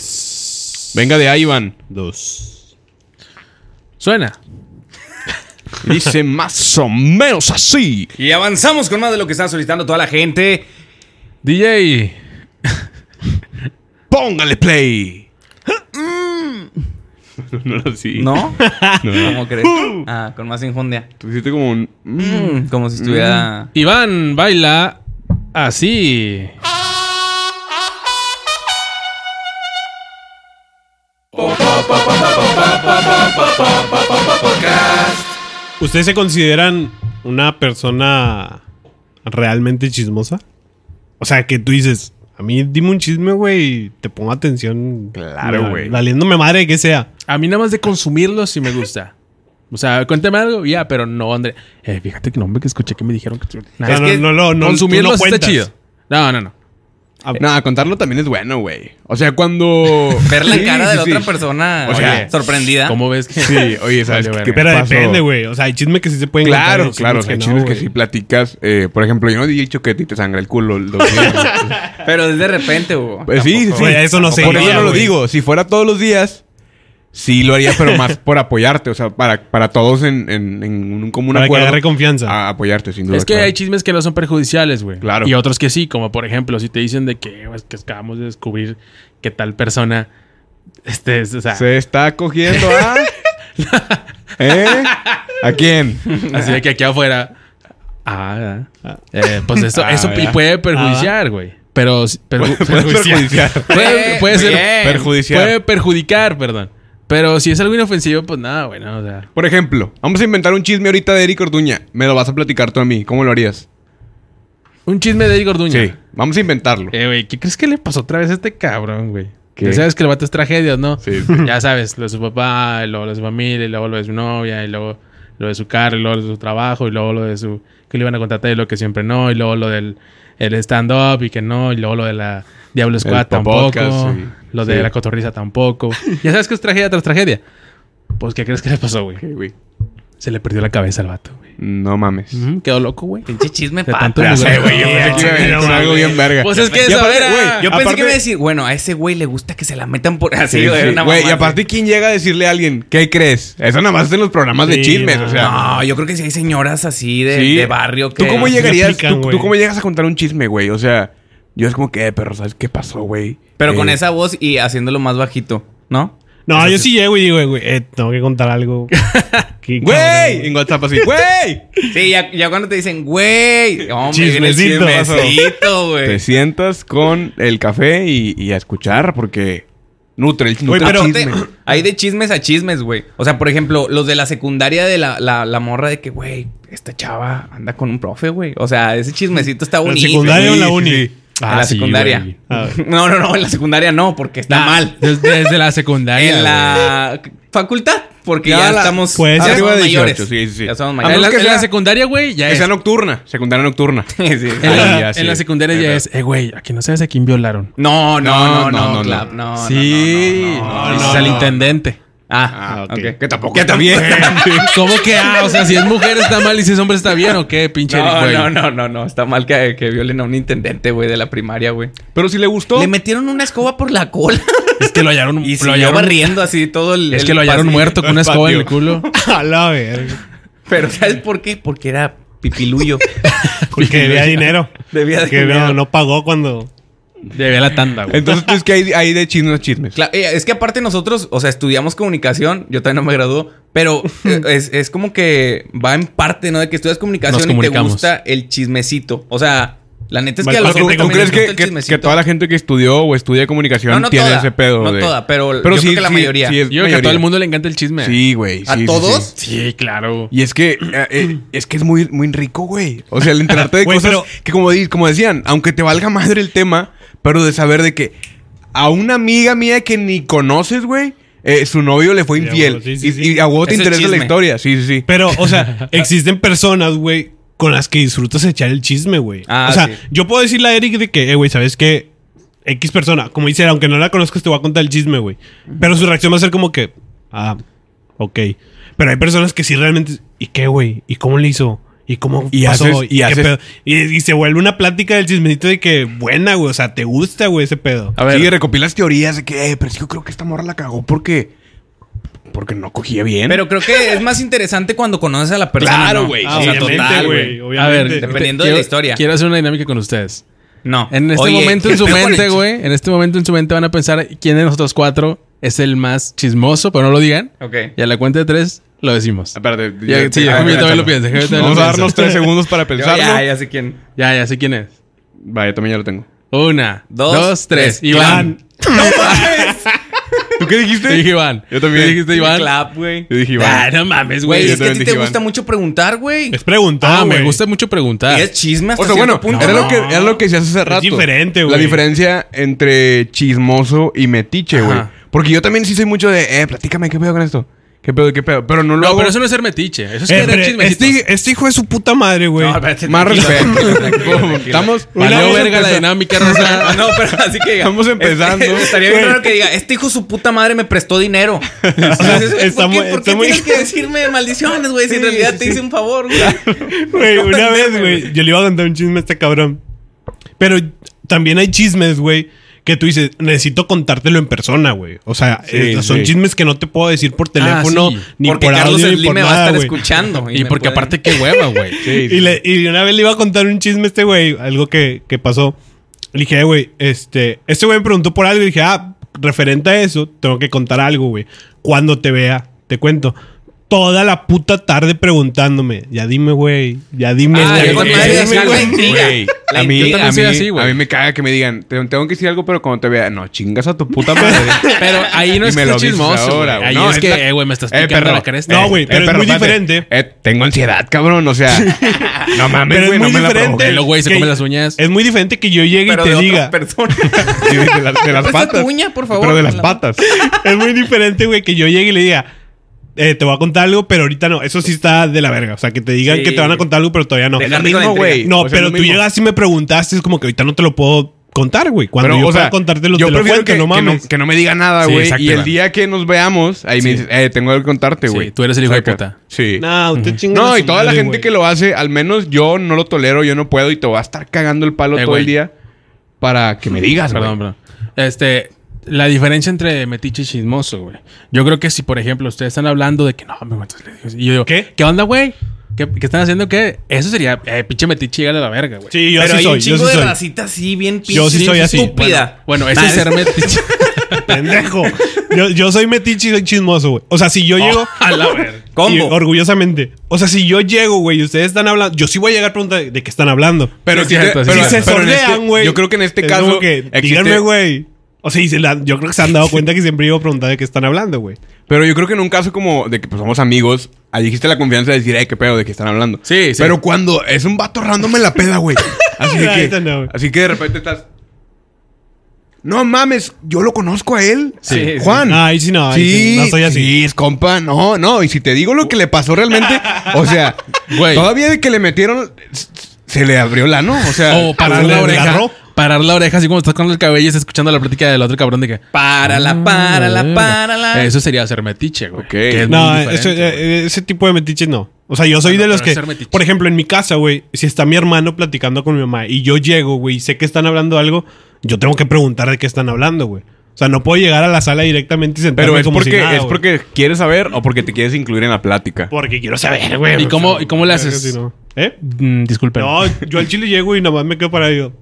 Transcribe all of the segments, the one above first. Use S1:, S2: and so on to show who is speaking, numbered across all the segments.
S1: Tres.
S2: Venga de ahí, Iván.
S1: Dos.
S3: Suena.
S2: Dice más o menos así.
S1: Y avanzamos con más de lo que está solicitando toda la gente.
S3: DJ.
S2: Póngale play. no era así.
S1: ¿No?
S2: No. Uh.
S1: ¿Cómo crees? Ah, con más injundia.
S2: Tú hiciste como un.
S1: Mm, Como si estuviera.
S2: Mm.
S3: Iván baila así.
S4: ¿Ustedes se consideran una persona realmente chismosa? O sea, que tú dices, a mí dime un chisme, güey, y te pongo atención.
S2: Claro,
S4: la-
S2: güey.
S4: Valiéndome madre que sea.
S3: A mí nada más de consumirlo sí me gusta. O sea, cuéntame algo, ya, pero no, André. Eh, fíjate que no, hombre, que escuché que me dijeron que...
S4: O
S3: Nah,
S4: sea,
S1: Es
S4: no,
S1: que
S4: no, lo- no- tú
S3: consumirlo
S4: no
S3: sí está
S4: cuentas. Ah,
S3: chido. No, no, no.
S1: Ah,
S2: Nada, contarlo también es bueno, güey. O sea, cuando.
S1: Ver la
S2: Sí,
S1: cara
S2: sí,
S1: de la
S2: sí.
S1: otra persona
S2: O sea,
S1: sorprendida.
S3: ¿Cómo ves que...?
S2: Sí, oye,
S3: Vale,
S2: ¿sabes qué,
S3: verga.
S2: qué
S4: Pero
S2: pasó?
S4: depende, güey. O sea, hay chismes que sí se pueden contar,
S2: Claro,
S4: hay
S2: claro. O sea, chismes que
S4: no,
S2: si
S4: güey.
S2: platicas. eh, por ejemplo, yo no dije que a ti te sangra el culo. Lo
S1: Pero es de repente, Hugo.
S2: Pues sí, sí.
S4: Tampoco. Oye, eso no
S2: Por
S4: se
S2: eso
S4: diría,
S2: no lo
S4: güey.
S2: digo. Si fuera todos los días, sí lo haría, pero más por apoyarte. O sea, para, para todos en, en, en un común
S4: Para que
S2: acuerdo. Ah,
S4: agarre confianza.
S2: A apoyarte, sin duda.
S3: Es que
S2: claro.
S3: hay chismes que no son perjudiciales, güey.
S2: Claro.
S3: Y otros que sí, como por ejemplo, si te dicen de que, pues, que acabamos de descubrir que tal persona... Este, es- o sea,
S2: Se está cogiendo a. ¿Eh? ¿A quién?
S3: así de que aquí afuera... Ah, ah. Eh, pues eso,
S2: Ah,
S3: eso pi-
S2: ¿verdad?
S3: puede perjudiciar, güey. Pero... si- perju-
S2: Puede
S3: perjudiciar.
S2: perjudiciar.
S3: Puede, puede ser
S1: Bien.
S2: Perjudiciar.
S3: Puede perjudicar, perdón. Pero si es algo inofensivo, pues nada, güey, no, o sea.
S2: Por ejemplo, vamos a inventar un chisme ahorita de Eric Orduña. Me lo vas a platicar tú a mí. ¿Cómo lo harías?
S3: Un chisme de Eric Orduña.
S2: Sí, vamos a inventarlo.
S3: Eh, güey, ¿qué crees que le pasó otra vez a este cabrón, güey?
S2: ¿Qué?
S3: Ya sabes que el vato es tragedia, ¿no?
S2: Sí.
S3: Ya sabes, lo de su papá, y luego lo de su familia, y luego lo de su novia, y luego lo de su carro, y luego lo de su trabajo, y luego lo de su... que le iban a contratar y lo que siempre no, y luego lo del el stand-up y que no, y luego lo de la Diablo Squad
S2: po-
S3: tampoco,
S2: podcast, sí.
S3: lo de
S2: Sí.
S3: la cotorriza tampoco. ya sabes que es tragedia tras tragedia. Pues, ¿qué crees que le pasó, güey?
S2: Ok, güey.
S3: Se le perdió la cabeza al vato, güey.
S2: No mames.
S3: Quedó loco, güey.
S1: Pinche chisme Pues
S3: De
S1: pata.
S3: tanto
S2: Ya sé,
S3: lugar.
S2: güey. Yo pensé que iba a venir con algo bien verga.
S3: Pues es que
S1: Y
S3: esa
S1: aparte,
S3: era.
S1: güey, yo pensé que
S2: Aparte-
S1: iba a decir, bueno, a ese güey le gusta que se la metan por así,
S2: Sí,
S1: güey.
S2: sí.
S1: una
S2: Güey, y
S1: mamá,
S2: aparte, ¿quién llega a decirle a alguien qué crees? Eso nada más es en los programas de
S4: Sí,
S2: chismes,
S4: no.
S2: o
S1: güey.
S2: sea.
S1: No, yo creo que sí hay señoras así de,
S2: Sí.
S1: de barrio que.
S2: ¿Tú cómo
S4: Sí,
S2: llegarías?
S4: aplican,
S2: tú,
S4: güey.
S2: tú cómo llegas a contar un chisme, güey? O sea, yo es como que, eh, perro, ¿sabes qué pasó, güey?
S1: Pero con
S2: Eh,
S1: esa voz y haciéndolo más bajito, ¿no?
S4: No, yo sí llego y digo, güey, eh, tengo que contar algo. Qué cabrón,
S2: ¡Güey! En WhatsApp así, ¡güey!
S1: Sí, ya, ya cuando te dicen, güey. Hombre, viene el
S4: Chismecito.
S1: chismecito, güey.
S2: Te sientas con el café y, y a escuchar porque nutre el nutre
S4: Güey,
S2: el
S4: pero-
S2: chisme.
S1: Aparte, hay de chismes a chismes, güey. O sea, por ejemplo, los de la secundaria de la, la, la morra de que, güey, esta chava anda con un profe, güey. O sea, ese chismecito está
S4: ¿En
S1: bonito.
S4: secundaria o en la
S2: sí, Ah,
S4: uni?
S2: sí.
S1: En Ah, la
S3: Ah, sí,
S1: secundaria.
S3: güey.
S4: A ver.
S1: No, no, no, en la secundaria no, porque está
S3: Nah,
S1: mal.
S3: Desde, desde la secundaria.
S1: En la facultad, porque
S2: Ya
S1: ya,
S2: la-
S1: estamos,
S4: Pues,
S1: ya
S2: arriba
S1: somos
S2: de 18,
S1: mayores.
S2: sí, sí, sí.
S1: Ya somos
S3: güey. En
S1: mayores.
S3: la,
S2: menos que
S3: en la
S2: sea-
S3: secundaria, güey, ya
S2: Que
S3: es.
S2: sea nocturna, secundaria nocturna.
S1: Sí, sí.
S3: en la,
S2: Ahí, así
S3: en la
S2: es.
S3: secundaria
S2: Ahí
S3: ya
S2: va.
S3: es. Eh, güey, aquí no sabes a quién violaron.
S1: No, no, no, no,
S2: no,
S1: Clap,
S2: no.
S1: no, no, no,
S3: sí.
S1: no,
S4: no,
S3: Ese
S4: no,
S3: es el
S4: no.
S3: intendente.
S1: Ah,
S2: Ah,
S1: ok.
S2: Que tampoco está bien.
S3: ¿Cómo que? Ah, o sea, si es mujer está mal y si es hombre está bien o qué, pinche Eric,
S1: No,
S3: güey.
S1: no, no, no, no. Está mal que, que violen a un intendente, güey, de la primaria, güey.
S2: Pero si le gustó.
S1: Le metieron una escoba por la cola.
S3: Es que lo hallaron.
S1: Y
S3: lo
S1: siguió
S3: hallaron
S1: barriendo así todo el.
S3: es
S1: el
S3: que lo hallaron
S1: pasillo.
S3: muerto con una
S2: el
S3: escoba en el
S2: patio.
S3: culo.
S4: A la verga.
S1: Pero ¿sabes por qué? Porque era pipiluyo.
S4: Porque debía dinero.
S1: Debía de
S4: Que
S1: dinero.
S4: no, no pagó cuando.
S3: Debe la tanda, güey.
S2: Entonces, es que hay, hay de chismes a chismes.
S1: Cla- eh, es que aparte nosotros, o sea, estudiamos comunicación, yo todavía no me graduó, pero eh, es, es como que va en parte, ¿no? De que estudias
S3: Nos
S1: comunicación y te
S3: comunicamos.
S1: gusta el chismecito. O sea, la neta es que a
S4: Mal-
S1: la
S2: ¿Tú,
S1: gente
S2: tú
S1: también
S2: crees
S1: les gusta
S2: que,
S1: el
S2: que-
S1: chismecito.
S2: que toda la gente que estudió o estudia comunicación
S1: No, no
S2: tiene
S1: toda,
S2: ese pedo?
S1: no
S2: de-
S1: toda, pero yo creo que la mayoría.
S2: sí
S3: Yo creo
S2: es
S3: que a
S2: mayoría.
S3: todo el mundo le encanta el chisme.
S2: Sí, güey.
S1: ¿A
S2: sí, sí,
S1: todos?
S2: sí.
S3: Sí, claro.
S2: Y es que eh, eh, es que es muy, muy rico, güey. O sea, el enterarte de
S4: Güey,
S2: cosas
S4: pero-
S2: que como, di- como decían, aunque te valga madre el tema, pero de saber de que a una amiga mía que ni conoces, güey, eh, su novio le fue
S4: Sí, a
S2: infiel.
S4: huevo, sí, sí,
S2: y,
S4: sí.
S2: y a vos te
S1: Eso es
S2: interesa la
S1: chisme.
S2: historia. Sí, sí, sí.
S4: Pero, o sea, existen personas, güey, con las que disfrutas echar el chisme, güey.
S1: Ah,
S4: o sea,
S1: sí.
S4: yo puedo decirle a Eric de que, eh, güey, ¿sabes qué? X persona, como dice, aunque no la conozcas, te voy a contar el chisme, güey. Pero su reacción va a ser como que, ah, ok. Pero hay personas que sí realmente, ¿y qué, güey? ¿Y cómo le hizo? ¿Y cómo
S2: Y
S4: pasó?
S2: haces- y
S4: qué
S2: haces-
S4: pedo? Y, y se vuelve una plática del chismecito de que buena, güey. O sea, te gusta, güey, ese pedo.
S3: A ver.
S2: Sí, recopilas teorías de que, eh, pero es que yo creo que esta morra la cagó porque. Porque no cogía bien.
S1: Pero creo que es más interesante cuando conoces a la persona.
S2: Claro,
S1: ¿no? Ah,
S2: güey.
S1: O
S4: Ah,
S1: sea,
S4: Obviamente,
S1: total,
S4: güey.
S1: güey.
S3: A ver,
S4: Obviamente.
S1: Dependiendo
S3: te-
S1: de la
S3: quiero-
S1: historia.
S3: Quiero hacer una dinámica con ustedes.
S1: No.
S3: En este
S1: Oye,
S3: momento
S1: ¿qué
S3: en su
S1: pedo con
S3: mente,
S1: el
S3: güey, en este momento en su mente van a pensar quién de nosotros cuatro es el más chismoso, pero no lo digan.
S1: chisme? Ok.
S3: Y a la cuenta de tres lo decimos.
S2: Espérate,
S3: Ya, sí, déjame yo
S2: ah, ya,
S3: también lo
S2: chalo.
S3: pienso. déjame yo también
S2: Vamos
S3: lo
S2: a
S3: pienso.
S2: darnos tres segundos para
S1: Yo
S2: pensarlo.
S1: ya, ya sé quién.
S3: Ya, ya sé quién es.
S2: Vaya, también ya lo tengo.
S3: Una,
S1: Dos,
S3: dos,
S1: tres.
S3: tres. Iván.
S2: ¿Tú qué dijiste?
S3: Te dije Iván.
S2: Yo también.
S3: Te dijiste Iván.
S1: Clap, güey.
S2: Yo dije,
S3: Ah,
S2: Iván.
S3: no mames,
S1: Güey,
S2: yo
S1: es que a
S2: también
S1: ti
S2: dije
S1: te
S2: Iván.
S1: gusta mucho preguntar, güey.
S4: Es preguntar,
S3: Ah,
S4: güey. Eh,
S3: me gusta mucho preguntar.
S1: Y es chisme hasta
S2: O sea,
S1: cierto
S2: bueno,
S1: punto.
S2: era,
S1: ¿no?
S2: lo que, era lo que se hace hace rato.
S4: diferente,
S2: La
S4: güey.
S2: diferencia entre chismoso y metiche,
S3: Ajá.
S2: güey. Porque yo también sí soy mucho de, eh, platícame, ¿qué pedo con esto? ¿Qué pedo, qué pedo? Pero no lo
S3: No,
S2: hago.
S3: pero eso no es ser metiche. Eso es
S4: Eh,
S3: querer
S4: pero
S3: chismecitos.
S4: este, este hijo de su puta madre, güey.
S1: No, espérate,
S2: Más
S1: tranquilo,
S2: respeto.
S1: tranquilo, tranquilo,
S2: Como
S1: tranquilo.
S2: Estamos.
S4: Una
S3: este- Valió
S4: vez
S3: verga la
S4: empezó-
S3: dinámica, Rosa.
S1: Ah, no, pero así que diga.
S2: Estamos empezando.
S1: este- estaría bien
S4: Güey.
S1: raro que diga, este hijo de su puta madre me prestó dinero. ¿Por qué,
S4: está muy-
S1: por qué
S4: está muy-
S1: tienes que decirme maldiciones, güey? Si en realidad te hice un favor, güey.
S4: Güey, una vez, güey. Yo le iba a contar un chisme a este cabrón. Pero también hay chismes, güey, que tú dices, necesito contártelo en persona, güey. O sea,
S2: Sí,
S4: eh, son
S2: sí.
S4: chismes que no te puedo decir por teléfono,
S3: sí.
S4: ni
S1: Ah, porque
S4: por
S1: Carlos
S4: audio, ni
S1: Slim
S4: por
S1: me va a
S4: nada,
S1: estar
S4: güey.
S1: escuchando.
S3: Y
S1: me
S3: porque
S1: puede-
S3: aparte, qué hueva, güey.
S2: Sí, sí.
S4: Y, le- y una vez le iba a contar un chisme a este güey, algo que, que pasó. Le dije, "Eh, güey, este, este güey me preguntó por algo y dije, ah, referente a eso, tengo que contar algo, güey. Cuando te vea, te cuento. Toda la puta tarde preguntándome, ya dime, güey, ya dime,
S1: Ah,
S4: güey.
S1: yo con
S4: ya
S1: madre,
S4: dime,
S1: sí,
S4: güey".
S1: güey. mentira.
S2: Güey,
S1: La
S2: a mí,
S3: Yo
S1: mentira.
S2: a, mí,
S3: también soy así, güey.
S2: a mí me caga que me digan, te tengo que decir algo, pero cuando te vea, no, chingas a tu puta madre.
S3: Pero ahí no
S2: Y
S3: es
S2: me
S3: que
S2: lo
S3: estés
S2: dices
S3: chismoso.
S2: ahora,
S3: güey.
S2: güey.
S3: Ahí
S2: No,
S3: es
S2: es la-
S3: que, eh, güey, me estás
S2: Eh,
S3: picando
S2: perro.
S3: la cresta.
S4: No, güey, pero es muy
S2: espérate.
S4: diferente.
S2: Eh, tengo ansiedad, cabrón. O sea, no mames,
S4: Pero
S2: güey,
S4: es
S2: no
S4: muy
S2: me la
S4: diferente.
S2: provoques.
S3: El güey se
S4: que-
S3: come las uñas.
S4: Es muy diferente que yo llegue
S1: Pero
S4: y
S1: de
S4: te
S1: otra
S4: diga.
S1: persona.
S2: Sí, de, las- de las
S1: Presta tu
S2: patas.
S1: uña, por favor.
S2: Pero de las
S1: La-
S2: patas.
S4: es muy diferente, güey, que yo llegue y le diga, eh, te voy a contar algo, pero ahorita no. Eso sí está de la verga. O sea, que te digan
S1: Sí.
S4: que te van a contar algo, pero todavía no.
S1: De
S2: Es lo
S1: Dejarte
S2: mismo,
S1: con la
S2: güey.
S1: intriga.
S4: No,
S2: O sea,
S4: pero
S2: es lo
S4: tú
S2: mismo.
S4: llegaste y me preguntaste, es como que ahorita no te lo puedo contar, güey. Cuando
S2: Pero,
S4: yo
S2: o sea,
S4: pueda contártelo,
S2: yo
S4: te lo
S2: prefiero
S4: cuento,
S2: que,
S4: no
S2: que
S4: mames.
S2: que no me diga nada,
S3: Sí,
S2: güey.
S3: exacto,
S2: y el
S3: Iván.
S2: día que nos veamos, ahí
S3: Sí.
S2: me dices, eh, tengo algo que contarte,
S3: Sí,
S2: güey.
S3: tú eres el hijo de
S2: Saca.
S3: puta.
S2: Sí.
S4: No, usted chingón
S2: No,
S4: a
S2: y
S4: su
S2: toda la
S4: madre,
S2: gente
S4: güey.
S2: que lo hace, al menos yo no lo tolero, yo no puedo y te voy a estar cagando el palo
S3: Eh,
S2: todo
S3: güey.
S2: el día para que me digas,
S3: Perdón,
S2: güey.
S3: perdón. Este, la diferencia entre metiche y chismoso, güey. Yo creo que si, por ejemplo, ustedes están hablando de que no, me entonces le digo así", Y yo digo,
S4: ¿Qué?
S3: ¿qué, onda, güey? ¿Qué, qué están haciendo? ¿Qué? Eso sería, eh, pinche metiche, llegale a la verga, güey.
S4: Sí, yo
S1: Pero
S4: sí
S1: hay
S4: soy,
S1: un
S4: yo sí
S1: chingo de
S4: soy.
S1: racita así, bien
S4: Yo sí
S1: pinche
S4: soy así.
S1: Estúpida.
S3: Bueno, ese es ser metiche.
S4: Pendejo. Yo, yo soy metiche y soy chismoso, güey. O sea,
S2: Oh,
S4: si yo llego.
S3: a la verga.
S1: Combo.
S4: y orgullosamente. O sea, si yo llego, güey, y ustedes están hablando. Yo sí voy a llegar a preguntar de qué están hablando.
S2: Pero
S3: Sí,
S2: si
S3: es
S2: te-
S3: cierto, sí,
S2: pero-
S4: si se
S2: pero en este-
S4: sordean, güey.
S2: Yo creo que en este
S4: es
S2: caso.
S4: como que,
S2: existe-
S4: Díganme, güey. O sea, y se la- yo creo que se han dado cuenta que siempre iba a preguntar de qué están hablando, güey.
S2: Pero yo creo que en un caso como de que pues somos amigos, ahí dijiste la confianza de decir, ay, qué pedo, de qué están hablando.
S3: Sí, sí.
S2: Pero cuando es un vato random en la peda, güey. Así de
S4: La
S2: que,
S4: neta no, güey.
S2: así que de repente estás. No mames, yo lo conozco a él.
S1: Sí,
S2: Juan.
S4: Ay, sí, no, ay, sí, no soy así.
S2: Sí, es compa. No, no. Y si te digo lo que le pasó realmente, o sea,
S3: Güey.
S2: todavía de que le metieron, se le abrió la, ¿no? O sea,
S3: O parar
S4: le
S3: la oreja.
S4: agarró.
S3: Parar la oreja así como estás con el cabello y estás escuchando la plática del otro cabrón de que...
S1: Párala, párala,
S3: "Ah,
S1: párala.
S3: Eso sería ser metiche, güey.
S2: Ok.
S3: que es muy
S4: No,
S3: diferente,
S4: eso-
S3: güey.
S4: eh, ese tipo de metiches no. O sea, yo soy
S3: Ah, no,
S4: de los
S3: pero
S4: que,
S3: es ser metiche.
S4: por ejemplo, en mi casa, güey, si está mi hermano platicando con mi mamá y yo llego, güey, y sé que están hablando algo, yo tengo que preguntar de qué están hablando, güey. O sea, no puedo llegar a la sala directamente y sentarme
S2: pero es
S4: como si
S2: porque,
S4: nada,
S2: es
S4: güey.
S2: porque quieres saber o porque te quieres incluir en la plática.
S4: Porque quiero saber, güey.
S3: ¿Y
S4: o
S3: cómo-
S4: sea,
S3: y cómo le haces?
S4: si no. ¿Eh?
S3: Mm, disculpen.
S4: No, yo al chile llego y nomás me quedo para ello.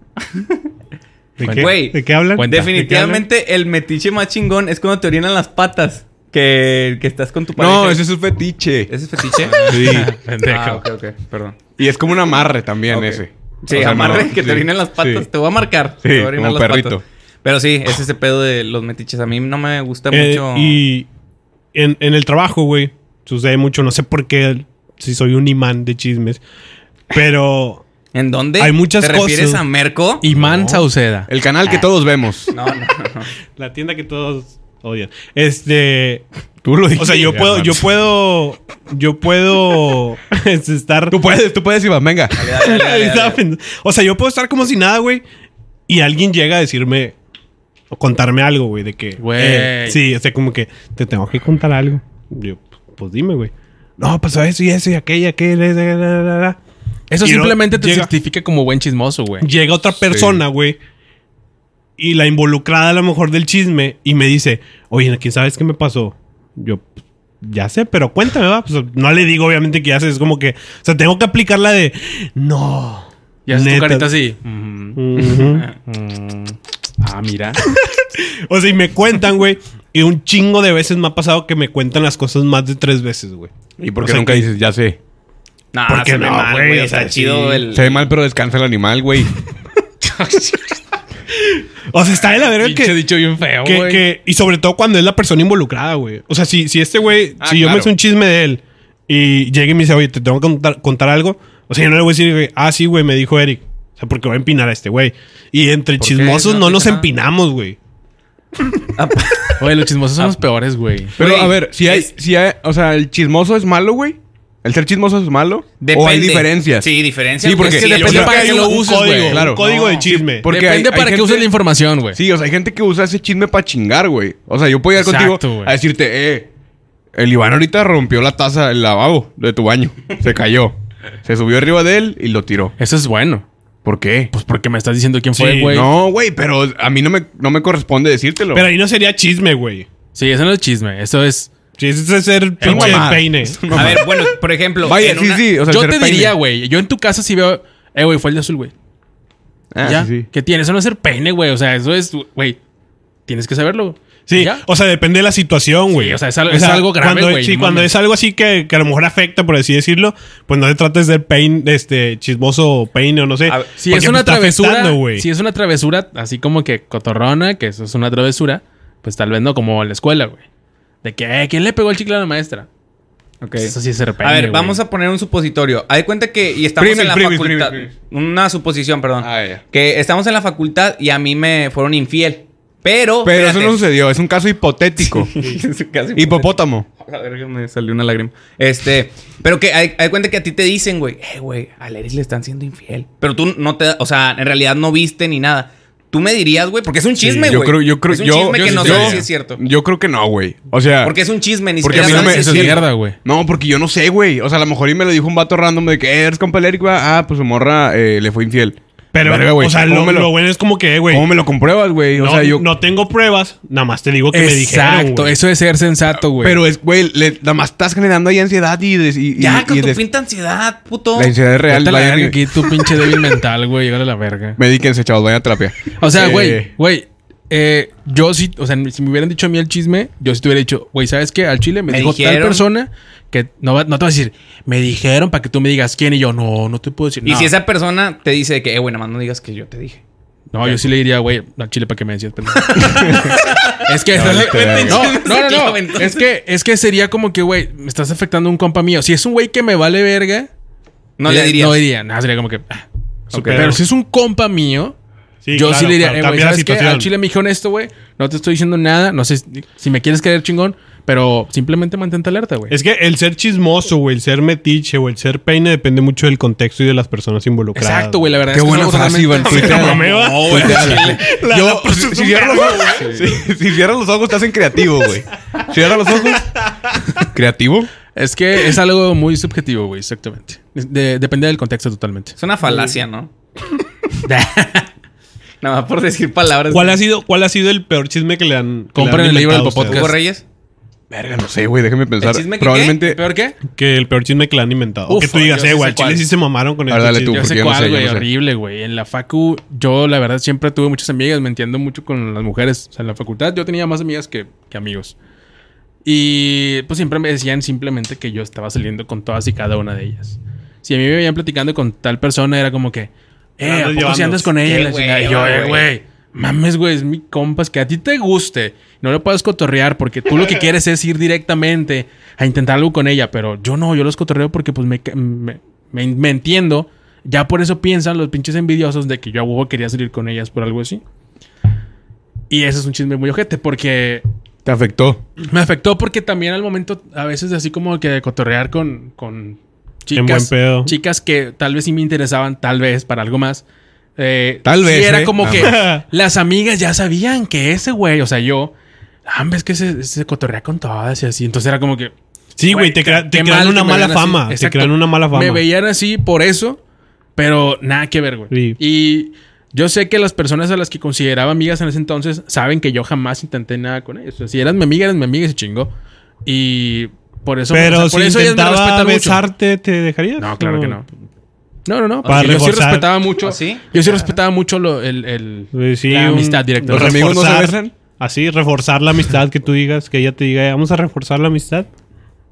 S4: ¿De, qué,
S1: Güey,
S4: ¿De qué hablan?
S3: cuenta.
S4: ¿De qué
S1: Definitivamente el metiche más chingón es cuando te orinan las patas. Que, que estás con tu pareja.
S2: No, ese es un fetiche.
S1: ¿Ese es fetiche?
S2: Sí.
S3: Pendejo.
S1: Ah, ok, ok. Perdón.
S2: Y es como un amarre también
S1: Ok.
S2: ese.
S1: Sí,
S2: O sea,
S1: amarre,
S2: no,
S1: que te
S2: sí,
S1: orinen las patas.
S2: sí.
S1: Te voy a marcar.
S2: Sí,
S1: te voy a orinar
S2: como
S1: las
S2: perrito.
S1: patas. Pero sí, es ese pedo de los metiches. A mí no me gusta
S4: hablan? Eh,
S1: mucho.
S4: Y en, en el trabajo, güey, sucede mucho. No sé por qué, si soy un imán de chismes. Pero
S1: ¿En dónde?
S4: hay muchas
S1: ¿Te refieres
S4: cosas.
S1: a Merco?
S3: Imán Sauceda.
S2: El canal que todos vemos.
S1: No, no, no.
S4: la tienda que todos odian. Este.
S2: Tú lo
S4: O sea, yo puedo, yo puedo, yo puedo este, estar.
S2: Tú puedes, tú puedes, Iván, venga.
S1: Dale, dale, dale, dale,
S4: Estaba
S1: dale.
S4: pensando- O sea, yo puedo estar como si nada, güey. Y alguien llega a decirme o contarme algo, güey, de que.
S3: Güey.
S4: eh, sí, o sea, como que te tengo que contar algo. Yo, pues dime, güey. No, pasó eso y eso y aquella, aquella, la, la, la, la, la.
S3: Eso
S4: Y luego
S3: simplemente te
S4: llega-
S3: certifica como buen chismoso, güey.
S4: llega otra persona, güey. Y la involucrada a lo mejor del chisme y me dice, oye, ¿quién sabes qué me pasó? Yo, "Pues, ya sé, pero cuéntame, va. Pues, no le digo obviamente que ya sé, es como que, o sea, tengo que aplicar la de, no.
S3: Y haces tu
S4: neta".
S3: carita así. Mm,
S4: Ujú.
S3: mm. Ah, mira.
S4: O sea, y me cuentan, güey. Y un chingo de veces me ha pasado que me cuentan las cosas más de tres veces, güey.
S2: ¿Y por
S4: O
S2: qué
S4: sea
S2: nunca
S4: que-
S2: dices, ya sé?
S1: No,
S4: ¿Por qué
S1: se ve
S4: no,
S1: mal,
S4: güey?
S1: güey.
S4: O
S1: O
S4: sea,
S1: sea, chido
S4: sí.
S1: el.
S2: Se ve mal, pero descansa el animal, güey.
S4: O sea, está de la verga
S3: Pinche
S4: que...
S3: dicho bien feo,
S4: que-
S3: güey.
S4: que- y sobre todo cuando es la persona involucrada, güey. O sea, si, si este güey,
S2: Ah,
S4: si yo me
S2: claro.
S4: hice un chisme de él y llega y me dice, oye, te tengo que contar, contar algo. O sea, yo no le voy a decir, güey, ah, sí, güey, me dijo Eric. O sea, porque voy a empinar a este güey. Y entre
S1: ¿Por qué?
S4: chismosos
S1: No
S4: no
S1: te
S4: nos
S1: nada.
S4: empinamos, güey.
S3: Oye, los chismosos son los peores, güey.
S2: Pero
S1: Güey,
S2: a ver, si hay,
S1: es-
S2: si hay, o sea, el chismoso es malo, güey. El ser chismoso es malo.
S1: Depende.
S2: O hay diferencias.
S1: Sí, diferencias.
S2: Sí, porque
S1: es que
S2: depende
S1: depende
S2: para
S1: para
S2: qué
S1: que
S2: lo
S1: lo
S2: uses,
S1: uses,
S4: código,
S2: güey,
S1: güey.
S2: claro.
S4: un código de chisme.
S2: por- porque
S3: Depende
S2: hay- hay
S3: para qué
S2: gente-
S3: uses la información, güey.
S2: Sí, o sea, hay gente que usa ese chisme para chingar, güey. O sea, yo puedo llegar
S3: Exacto,
S2: contigo
S3: güey.
S2: a decirte, eh, el Iván ahorita rompió la taza del lavabo de tu baño. Se cayó. Se subió arriba de él y lo tiró.
S3: Eso es bueno.
S2: ¿Por qué?
S3: Pues porque me estás diciendo quién
S4: Sí,
S3: fue, güey.
S2: No, güey, pero a mí no me, no me corresponde decírtelo.
S4: Pero ahí no sería chisme, güey.
S3: Sí, eso no es chisme. Eso es.
S4: Si ese es ser pinche
S2: mamada.
S4: peine.
S1: A ver, bueno, por ejemplo.
S2: Vaya,
S1: en
S2: sí,
S1: una-
S2: sí. O sea,
S3: yo
S2: ser
S3: te
S2: peine.
S3: diría, güey. Yo en tu casa sí veo. Eh, güey, fue el de azul, güey.
S2: Ah,
S3: ¿Ya?
S2: sí, sí.
S3: ¿Qué tiene? Eso no es ser peine, güey. O sea, eso es. Güey, tienes que saberlo.
S4: Sí,
S3: ¿Ya?
S4: o sea, depende de la situación, güey.
S3: Sí, o sea, es algo- es algo grave,
S4: cuando-
S3: güey,
S4: Sí,
S3: no
S4: cuando
S3: mames.
S4: es algo así que, que a lo mejor afecta, por así decirlo, pues no se trata de ser pain, este, chismoso peine o no sé.
S1: A ver,
S3: Si
S4: porque
S3: es una
S4: te está
S3: travesura.
S4: afectando, güey.
S3: si es una travesura, así como que cotorrona, que eso es una travesura, pues tal vez no como en la escuela, güey. De que, eh, ¿quién le pegó el chicle a la maestra?
S1: Ok.
S3: Pues eso sí es ser peine.
S1: A ver,
S3: güey.
S1: vamos a poner un supositorio. Haz de cuenta que y estamos
S2: Primis,
S1: en la
S2: primis,
S1: facultad.
S2: primis,
S1: Una suposición, perdón.
S2: Ah, ya.
S1: Que estamos en la facultad y a mí me fueron infiel. Pero.
S2: Pero eso
S1: espérate.
S2: no sucedió. Es un caso hipotético.
S1: Es casi
S2: Hipopótamo.
S1: A ver, me salió una lágrima. Este, pero que hay, hay cuenta que a ti te dicen, güey, eh, güey, a Leris le están siendo infiel. Pero tú no te, o sea, en realidad no viste ni nada. Tú me dirías, güey, porque es un chisme, güey.
S2: yo creo, yo creo,
S1: es un
S2: yo,
S1: chisme
S2: yo-
S1: que no
S2: yo-
S1: sé si es cierto.
S2: Yo creo que no, güey. O sea,
S1: Porque es un chisme, ni
S2: Ah. Porque
S1: siquiera
S2: a mí no
S1: sabes
S2: me-
S1: si es
S3: Eso es
S1: cierto.
S3: mierda, güey.
S2: no, porque yo no sé, güey. O sea, a lo mejor y me lo dijo un vato random de que "Eh, eres compa del Eric, va. Ah, pues su morra eh, le fue infiel.
S4: Pero,
S2: Verga, güey,
S4: o sea,
S2: ¿cómo
S4: lo,
S2: me lo-
S4: lo bueno es como que, güey,
S2: ¿Cómo me lo compruebas, güey? O
S4: no,
S2: sea, yo.
S4: no tengo pruebas, nada más te digo que me dijeron,
S3: Exacto,
S4: güey.
S3: eso es ser sensato, güey.
S2: Pero es, güey, le- nada más estás generando ahí ansiedad y. des- y- y-
S1: Ya, con
S2: y
S1: tu
S2: des-
S1: pinta ansiedad, puto.
S2: La ansiedad es real.
S3: Vete a la
S2: vayan
S3: verga
S2: y-
S3: aquí, tu pinche débil mental, güey. Llegale a la verga.
S2: Medíquense, chavos, vayan a terapia.
S3: O sea,
S2: Eh,
S3: güey, güey. eh, yo sí, o sea, si me hubieran dicho a mí el chisme, yo sí te hubiera dicho, güey, ¿sabes qué? Al chile me,
S1: Me
S3: dijo tal
S1: dijeron.
S3: persona que no, va- no te va a decir, me dijeron para que tú me digas quién y yo, no, no te puedo decir.
S1: Y
S3: no.
S1: si esa persona te dice que, eh, güey, nada más no digas que yo te dije.
S3: No, yo sí le diría, güey, al chile para que me decías, pendejo. es que. estás-
S2: literal.
S3: no, no, no, no.
S1: Entonces-
S3: Es que, es que sería como que, güey, me estás afectando a un compa mío. Si es un güey que me vale verga,
S1: No
S3: eh,
S1: le dirías.
S3: No diría, nada, sería como que. ah,
S4: Supero.
S3: Pero, si es un compa mío, yo sí
S4: claro,
S3: le diría,
S4: claro,
S3: eh,
S4: cambia
S3: güey,
S4: la
S3: ¿sabes qué?
S4: situación.
S3: Al chile me dijeron esto, güey. No te estoy diciendo nada. No sé si- si me quieres creer chingón, pero simplemente mantente alerta, güey.
S4: Es que el ser chismoso, güey, el ser metiche o el ser peine depende mucho del contexto y de las personas involucradas.
S3: Exacto, güey, la verdad
S2: Qué
S3: es que
S2: buena
S3: somos
S2: frase,
S3: totalmente-
S2: Iván. Tuitea.
S4: No, mame, va.
S2: No, güey.
S4: La- la
S2: Yo,
S4: puso
S2: si, si
S4: un
S2: cierras los
S4: verbo,
S2: ojos, si- si cierras los ojos, estás en creativo, güey. Cierras los ojos. ¿Creativo?
S3: Es que es algo muy subjetivo, güey, exactamente. De- depende del contexto totalmente.
S1: Es una falacia, ¿no? nada más por decir palabras.
S4: ¿Cuál ha sido, cuál ha sido el peor chisme que le han que
S3: Compren
S4: le han
S3: el libro del
S4: inventado a ustedes?
S1: Hugo Reyes?
S2: Verga, no sé, güey, déjeme pensar.
S1: chisme que
S2: Probablemente.
S3: ¿Peor qué?
S4: Que el peor chisme que le han inventado. o
S3: Uf,
S4: que tú digas,
S3: yo sí
S4: eh, güey,
S3: sé
S4: al chile
S3: cuál.
S4: sí se mamaron con
S2: A ver,
S4: este
S2: dale tú,
S4: chisme".
S3: Yo
S2: porque
S3: sé
S2: yo no sé,
S3: cuál,
S2: yo
S3: güey,
S2: no sé.
S3: horrible, güey. En la facu, yo la verdad siempre tuve muchas amigas, me entiendo mucho con las mujeres. O sea, en la facultad yo tenía más amigas que, que amigos. Y pues siempre me decían simplemente que yo estaba saliendo con todas y cada una de ellas. Si a mí me veían platicando con tal persona, era como que, eh,
S4: Andas
S3: ¿a poco
S4: llevando.
S3: si andas con ella?
S1: Qué
S3: La chingada. Y yo,
S1: hueva,
S3: "Eh,
S1: güey".
S3: güey, mames, güey, es mi compas, que a ti te guste. No lo puedes cotorrear porque tú lo que quieres es ir directamente a intentar algo con ella, pero yo no, yo los cotorreo porque pues me, ca- me, me- me entiendo. Ya por eso piensan los pinches envidiosos de que yo a huevo quería salir con ellas por algo así. Y eso es un chisme muy ojete porque
S2: Te afectó.
S3: me afectó porque también al momento, a veces así como que de cotorrear con, con chicas.
S4: En buen pedo.
S3: Chicas que tal vez sí me interesaban, tal vez para algo más. Eh,
S2: Tal
S3: sí
S2: vez,
S3: Era
S2: ¿eh?
S3: como
S2: Ah.
S3: que las amigas ya sabían que ese güey, o sea, yo. Ah, ves que se, se cotorrea con todas y así. Entonces era como que.
S4: Sí, güey, te, crea- te
S3: qué
S4: crean
S3: mal
S4: una
S3: que me
S4: mala
S3: vean así.
S4: fama. Te
S3: Exacto.
S4: crean una mala fama.
S3: Me veían así por eso. Pero nada que ver, güey.
S4: Sí.
S3: Y yo sé que las personas a las que consideraba amigas en ese entonces saben que yo jamás intenté nada con ellos. O sea, si eras mi amiga, eras mi amiga y se chingó. Y por eso,
S4: Pero
S3: o sea, por
S4: si
S3: eso ellas me
S4: intentaba
S3: respetan mucho.
S4: besarte, ¿te dejarías?
S3: No, claro que no. No, no, no.
S4: Para
S3: porque yo sí
S4: reforzar.
S3: respetaba mucho.
S1: ¿Ah, sí?
S3: Yo sí respetaba mucho lo- el, el-
S4: Eh, Sí,
S3: la
S4: un-
S3: amistad directa.
S2: Los amigos no se
S4: reforzar-
S2: besan.
S4: Así, reforzar la amistad que tú digas, que ella te diga, "Eh, vamos a reforzar la amistad.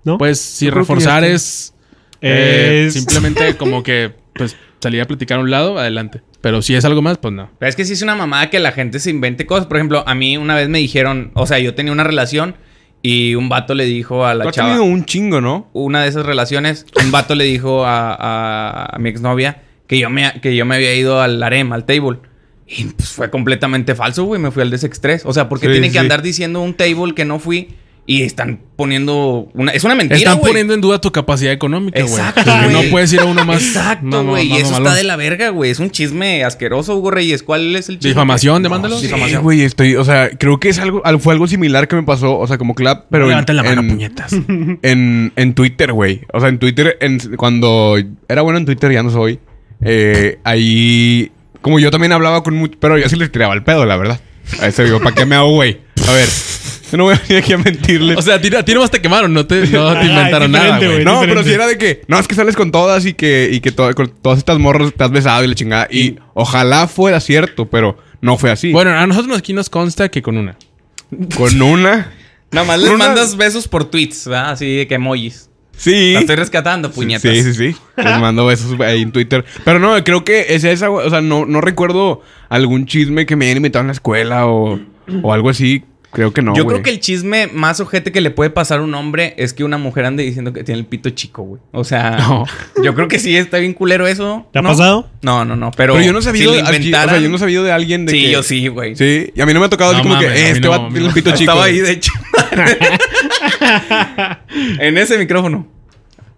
S4: ¿No?
S3: Pues si
S2: Yo creo que
S3: reforzar
S2: ya
S3: es, eh,
S4: Es-
S3: simplemente como que pues salir a platicar a un lado, adelante. Pero si es algo más, pues no.
S1: Pero es que sí es una mamada que la gente se invente cosas. Por ejemplo, a mí una vez me dijeron, o sea, yo tenía una relación y un vato le dijo a
S2: Tú
S1: la
S2: has
S1: chava.
S2: tenido un chingo, ¿no?
S1: una de esas relaciones, un vato le dijo a, a- a mi exnovia que yo, me, que yo me había ido al harem, al table. Y pues fue completamente falso, güey. Me fui al de sex 3. O sea, porque
S2: Sí,
S1: tienen
S2: sí.
S1: que andar diciendo un table que no fui y están poniendo una. Es una mentira.
S3: Están
S1: güey.
S3: poniendo en duda tu capacidad económica, güey.
S1: Exacto,
S3: Porque
S1: güey.
S3: No puedes ir a uno más. más-
S1: Exacto,
S3: más-
S1: güey.
S3: más
S1: Y eso
S3: mamalón.
S1: está de la verga, güey. Es un chisme asqueroso, Hugo Reyes. ¿Cuál es el chisme?
S3: Difamación, demándalo.
S1: sí.
S2: Sí, güey, estoy, o sea, creo que es algo, al- fue algo similar que me pasó, o sea, como clap, pero
S3: Levanta la mano,
S2: en,
S3: puñetas.
S2: en, en Twitter, güey. O sea, en Twitter, en- cuando era bueno en Twitter, ya no soy. eh, ahí, como yo también hablaba con mucho, pero yo sí les tiraba el pedo, la verdad. A eso digo, ¿para qué me hago, güey? A ver, yo no voy a venir aquí a mentirles.
S3: O sea, a ti, a ti nomás te quemaron, no te, no te
S4: Ah, es
S3: inventaron nada,
S4: diferente,
S3: güey.
S4: güey.
S2: no, pero
S4: diferente.
S2: si era de que, no, es que sales con todas y que, y que to- con todas estas morras te has besado y la chingada. Y ojalá fuera cierto, pero no fue así.
S3: Bueno, a nosotros aquí nos consta que con una.
S2: Con una.
S1: Nada más les
S2: Una-
S1: mandas besos por tweets, ¿verdad? Así de que emojis.
S2: Sí.
S1: La estoy rescatando, puñetas.
S2: Sí, sí, sí. Les mando besos ahí en Twitter. Pero no, creo que es esa, güey. O sea, no, no recuerdo algún chisme que me hayan invitado en la escuela o, o algo así. Creo que no.
S1: Yo
S2: güey.
S1: creo que el chisme más ojete que le puede pasar a un hombre es que una mujer ande diciendo que tiene el pito chico, güey. O sea,
S3: No.
S1: yo creo que sí está bien culero eso.
S4: ¿Te ha
S1: ¿no?
S4: pasado?
S1: No, no, no. Pero,
S2: Pero yo no he
S1: si
S2: sabido.
S1: lo
S2: al-
S1: inventaran-
S2: o sea, yo no he sabido de alguien de
S1: Sí,
S2: que.
S1: yo sí, güey.
S2: Sí, y a mí no me ha tocado
S3: No
S2: así como
S3: mames,
S2: que
S3: a
S2: "Eh,
S3: mí
S2: este
S3: no,
S2: va
S3: a mí
S2: el
S3: no.
S2: pito chico.
S1: Estaba ahí, de hecho. en ese micrófono.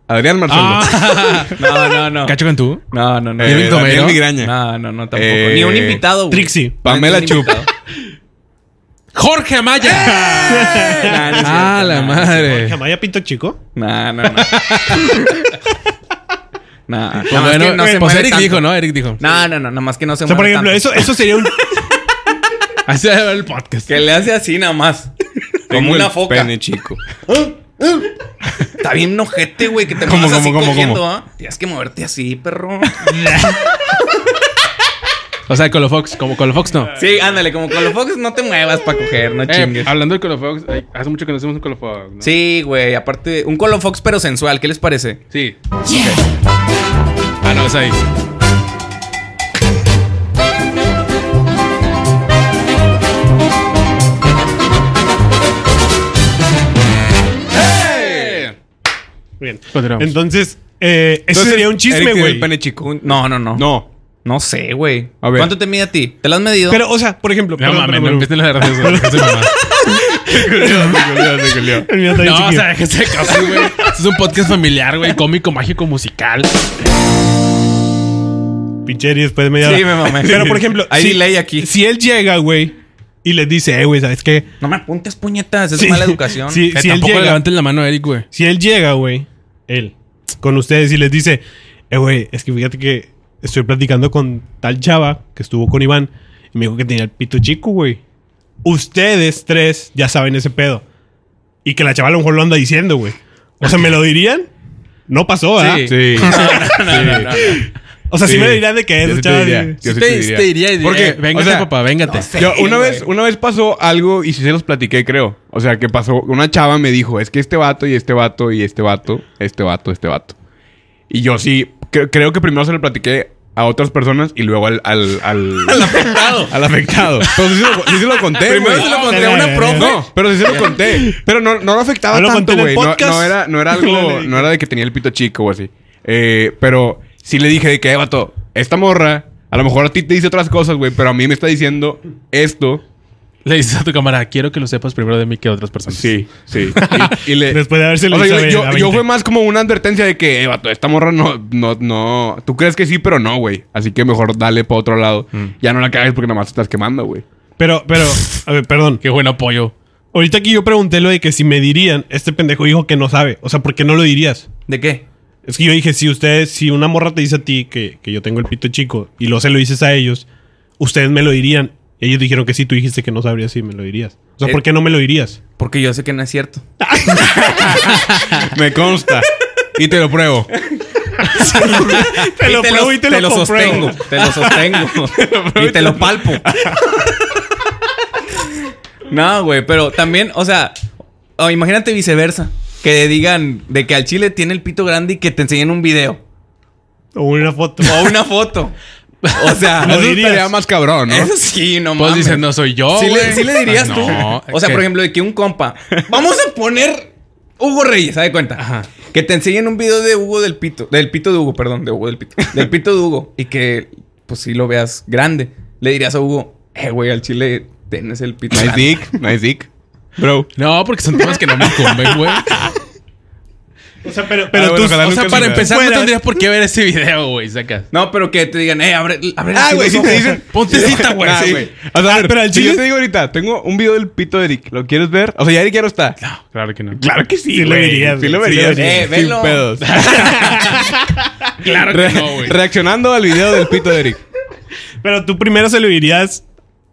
S2: Adrián Marcelo.
S3: Ah,
S2: Ah.
S1: No, no, no.
S3: ¿Cacho con tú?
S1: No, no, no.
S2: Eh,
S3: Edwin
S2: Daniel
S3: Romero.
S2: Migraña.
S1: No, no, no, tampoco.
S2: Eh,
S1: Ni un invitado, güey.
S4: Trixie.
S2: Pamela
S1: Ni un
S2: Chup.
S1: invitado.
S3: ¡Jorge
S1: Eh.
S3: Amaya!
S1: Nah, no
S3: ¡Ah,
S1: es cierto,
S3: la
S1: nah.
S3: madre!
S4: ¿Jamaya Pinto Chico?
S1: Nah, no, no. Nah, nada
S3: Pues
S1: más que
S3: bueno,
S1: no se
S3: pues
S1: mueve
S3: Eric
S1: tanto.
S3: dijo, ¿no? Eric dijo.
S1: No, no, no, nada más que no se
S4: O sea, por
S1: mueve
S4: ejemplo,
S1: tanto.
S4: eso, eso sería un...
S3: Así se va el podcast.
S1: Que le hace así nada más.
S2: Tengo
S1: Como una
S2: el
S1: foca.
S2: Pene chico.
S1: Está bien nojete, güey, que te
S2: ¿Cómo,
S1: muevas así
S2: cómo, cómo,
S1: cogiendo,
S2: cómo?
S1: ¿ah? Tienes que moverte así, perro.
S3: O sea, Colofox, como Colofox no.
S1: Sí, ándale, como con los Fox no te muevas para coger, no
S3: Eh,
S1: chingues.
S3: hablando de Colofox, ay, hace mucho que no hacemos un Colofox, ¿no?
S1: Sí, güey, aparte, un Colo Fox pero sensual, ¿qué les parece?
S3: Sí. Ah, no, es ahí.
S4: Bien.
S3: Continuamos.
S4: Entonces, eh, eso
S2: Entonces,
S4: sería un
S2: Eric
S4: chisme,
S2: tiene
S4: güey.
S2: el pene chico.
S1: Un- No, no, no.
S2: No.
S1: No sé, güey.
S2: A ver.
S1: ¿Cuánto te mide a ti? ¿Te lo has medido?
S4: Pero, o sea, por ejemplo...
S3: No
S4: perdón,
S3: mames, no
S4: perdón,
S3: empiecen las redes sociales.
S4: perdón. El mío está bien
S3: este No, o
S4: chiquillo.
S3: sea, déjense de cosas, güey. Este es un podcast familiar, güey. Cómico, mágico, musical.
S4: Pinche Eri, después de media
S1: Sí,
S4: hora.
S1: me mamé.
S4: Pero, por ejemplo...
S1: Hay
S4: si-
S1: delay aquí.
S4: Si él llega, güey, y les dice, eh, güey, ¿sabes qué?
S1: No me apuntes puñetas, es
S4: Sí.
S1: mala educación.
S4: Sí.
S3: Eh,
S4: Si él
S3: tampoco le
S4: llega-
S3: levanten la mano a Eric, güey.
S4: Si él llega, güey, él, con ustedes y les dice, eh, güey, es que fíjate que estoy platicando con tal chava que estuvo con Iván y me dijo que tenía el pito chico, güey. Ustedes tres ya saben ese pedo. Y que la chava a lo mejor lo anda diciendo, güey. O sea, ¿me lo dirían? No pasó, ¿verdad?
S3: Sí.
S2: Sí.
S1: No, no, no, no.
S4: O sea, sí,
S2: Sí.
S4: me lo dirían de que
S2: Yo
S4: esa
S2: sí te
S4: chava
S2: diría.
S4: dice-
S2: Yo sí
S3: te,
S2: te diría.
S3: te diría, y diría,
S2: Porque,
S3: eh, véngate,
S2: o sea,
S3: papá, véngate.
S2: Yo
S1: Sí,
S2: una
S1: güey.
S2: vez, una vez pasó algo y sí se los platiqué, creo. O sea, que pasó, una chava me dijo, es que este vato y este vato y este vato, este vato, este vato. Y yo sí, cre- creo que primero se lo platiqué a otras personas y luego al... Al, al,
S1: afectado.
S2: al afectado. Pero sí se lo, sí se lo conté,
S1: Primero
S2: güey.
S1: se lo conté a una profe.
S2: No, pero sí se lo conté. Pero no, no lo afectaba
S4: No lo conté
S2: tanto,
S4: en el
S2: güey. No,
S4: podcast.
S2: no era, no era algo... no era de que tenía el pito chico o así. Eh, pero sí le dije de que, "Eh, vato, esta morra... A lo mejor a ti te dice otras cosas, güey, pero a mí me está diciendo esto
S3: Le dices a tu cámara, quiero que lo sepas primero de mí que de otras personas.
S2: Sí, sí. Y, y le-
S4: Pues Después de haberse
S2: O sea,
S4: hizo
S2: yo,
S4: a-
S2: yo-
S4: a
S2: yo
S4: 20.
S2: fue más como una advertencia de que, eh, vato, esta morra no, no, no. Tú crees que sí, pero no, güey. Así que mejor dale para otro lado.
S4: Mm.
S2: Ya no la cagues porque nada más te estás quemando, güey.
S4: Pero, pero, a ver, perdón.
S3: Qué buen apoyo.
S4: Ahorita que yo pregunté lo de que si me dirían, este pendejo dijo que no sabe. O sea, ¿por qué no lo dirías?
S1: ¿De qué?
S4: Es que yo dije, si ustedes, si una morra te dice a ti que, que yo tengo el pito chico y luego se lo dices a ellos, ustedes me lo dirían. Ellos dijeron que sí, tú dijiste que no sabrías si me lo dirías. O sea,
S1: Eh.
S4: ¿por qué no me lo dirías?
S1: Porque yo sé que no es cierto.
S2: Me consta. Y te lo pruebo.
S4: Te
S1: Y los- te lo sostengo. Te lo sostengo. y te lo palpo. no, güey, pero también, o sea, o imagínate viceversa. Que digan de que al chile tiene el pito grande y que te enseñen un video.
S4: O una foto.
S1: O una foto. O sea,
S4: Lo
S2: Eso
S4: dirías.
S2: estaría más cabrón, ¿no?
S1: eso sí, no
S3: Pues
S1: mames.
S3: dices, no soy yo.
S1: sí, le,
S3: güey.
S1: sí le dirías
S3: Ah,
S1: tú.
S3: no,
S1: o sea,
S3: que-
S1: por ejemplo, de que un compa. Vamos a poner Hugo Reyes, ¿sabes cuenta?
S3: Ajá.
S1: Que te enseñen un video de Hugo del Pito. Del Pito de Hugo, perdón, de Hugo del Pito. Del Pito de Hugo. Y que, pues sí lo veas grande. Le dirías a Hugo, eh, güey, al chile tienes el pito.
S2: Nice
S1: grande".
S2: dick, nice dick. Bro.
S3: No, porque son temas que no me incumben, güey.
S4: O sea, pero,
S2: Ah,
S4: pero
S2: bueno,
S4: tú.
S2: ojalá
S4: o
S3: O
S4: sea,
S3: sea,
S2: nunca
S3: para
S2: me-
S3: empezar, no
S4: Fuera.
S3: tendrías por qué ver ese video, güey. Sacas.
S1: No, pero que te digan, eh, abre, abre
S2: Ah,
S1: así
S2: güey,
S1: los
S2: si te
S1: ojos".
S2: dicen-
S3: Ponte cita, güey.
S2: Ah,
S3: Sí.
S2: güey. O sea, a ver,
S4: pero al
S2: si
S4: chile-
S2: yo te digo ahorita, tengo un video del pito de Eric. ¿Lo quieres ver? O sea, ya Eric ya no está.
S3: Claro que no.
S2: Claro que sí,
S4: Sí lo
S2: güey.
S4: verías,
S2: Sí
S4: güey. Sí
S2: lo
S4: lo
S2: verías.
S1: verías. Eh,
S2: sin
S1: velo.
S2: pedos.
S3: Claro
S2: Re-
S3: que no, güey.
S2: reaccionando al video del pito de Eric.
S4: pero tú primero se lo dirías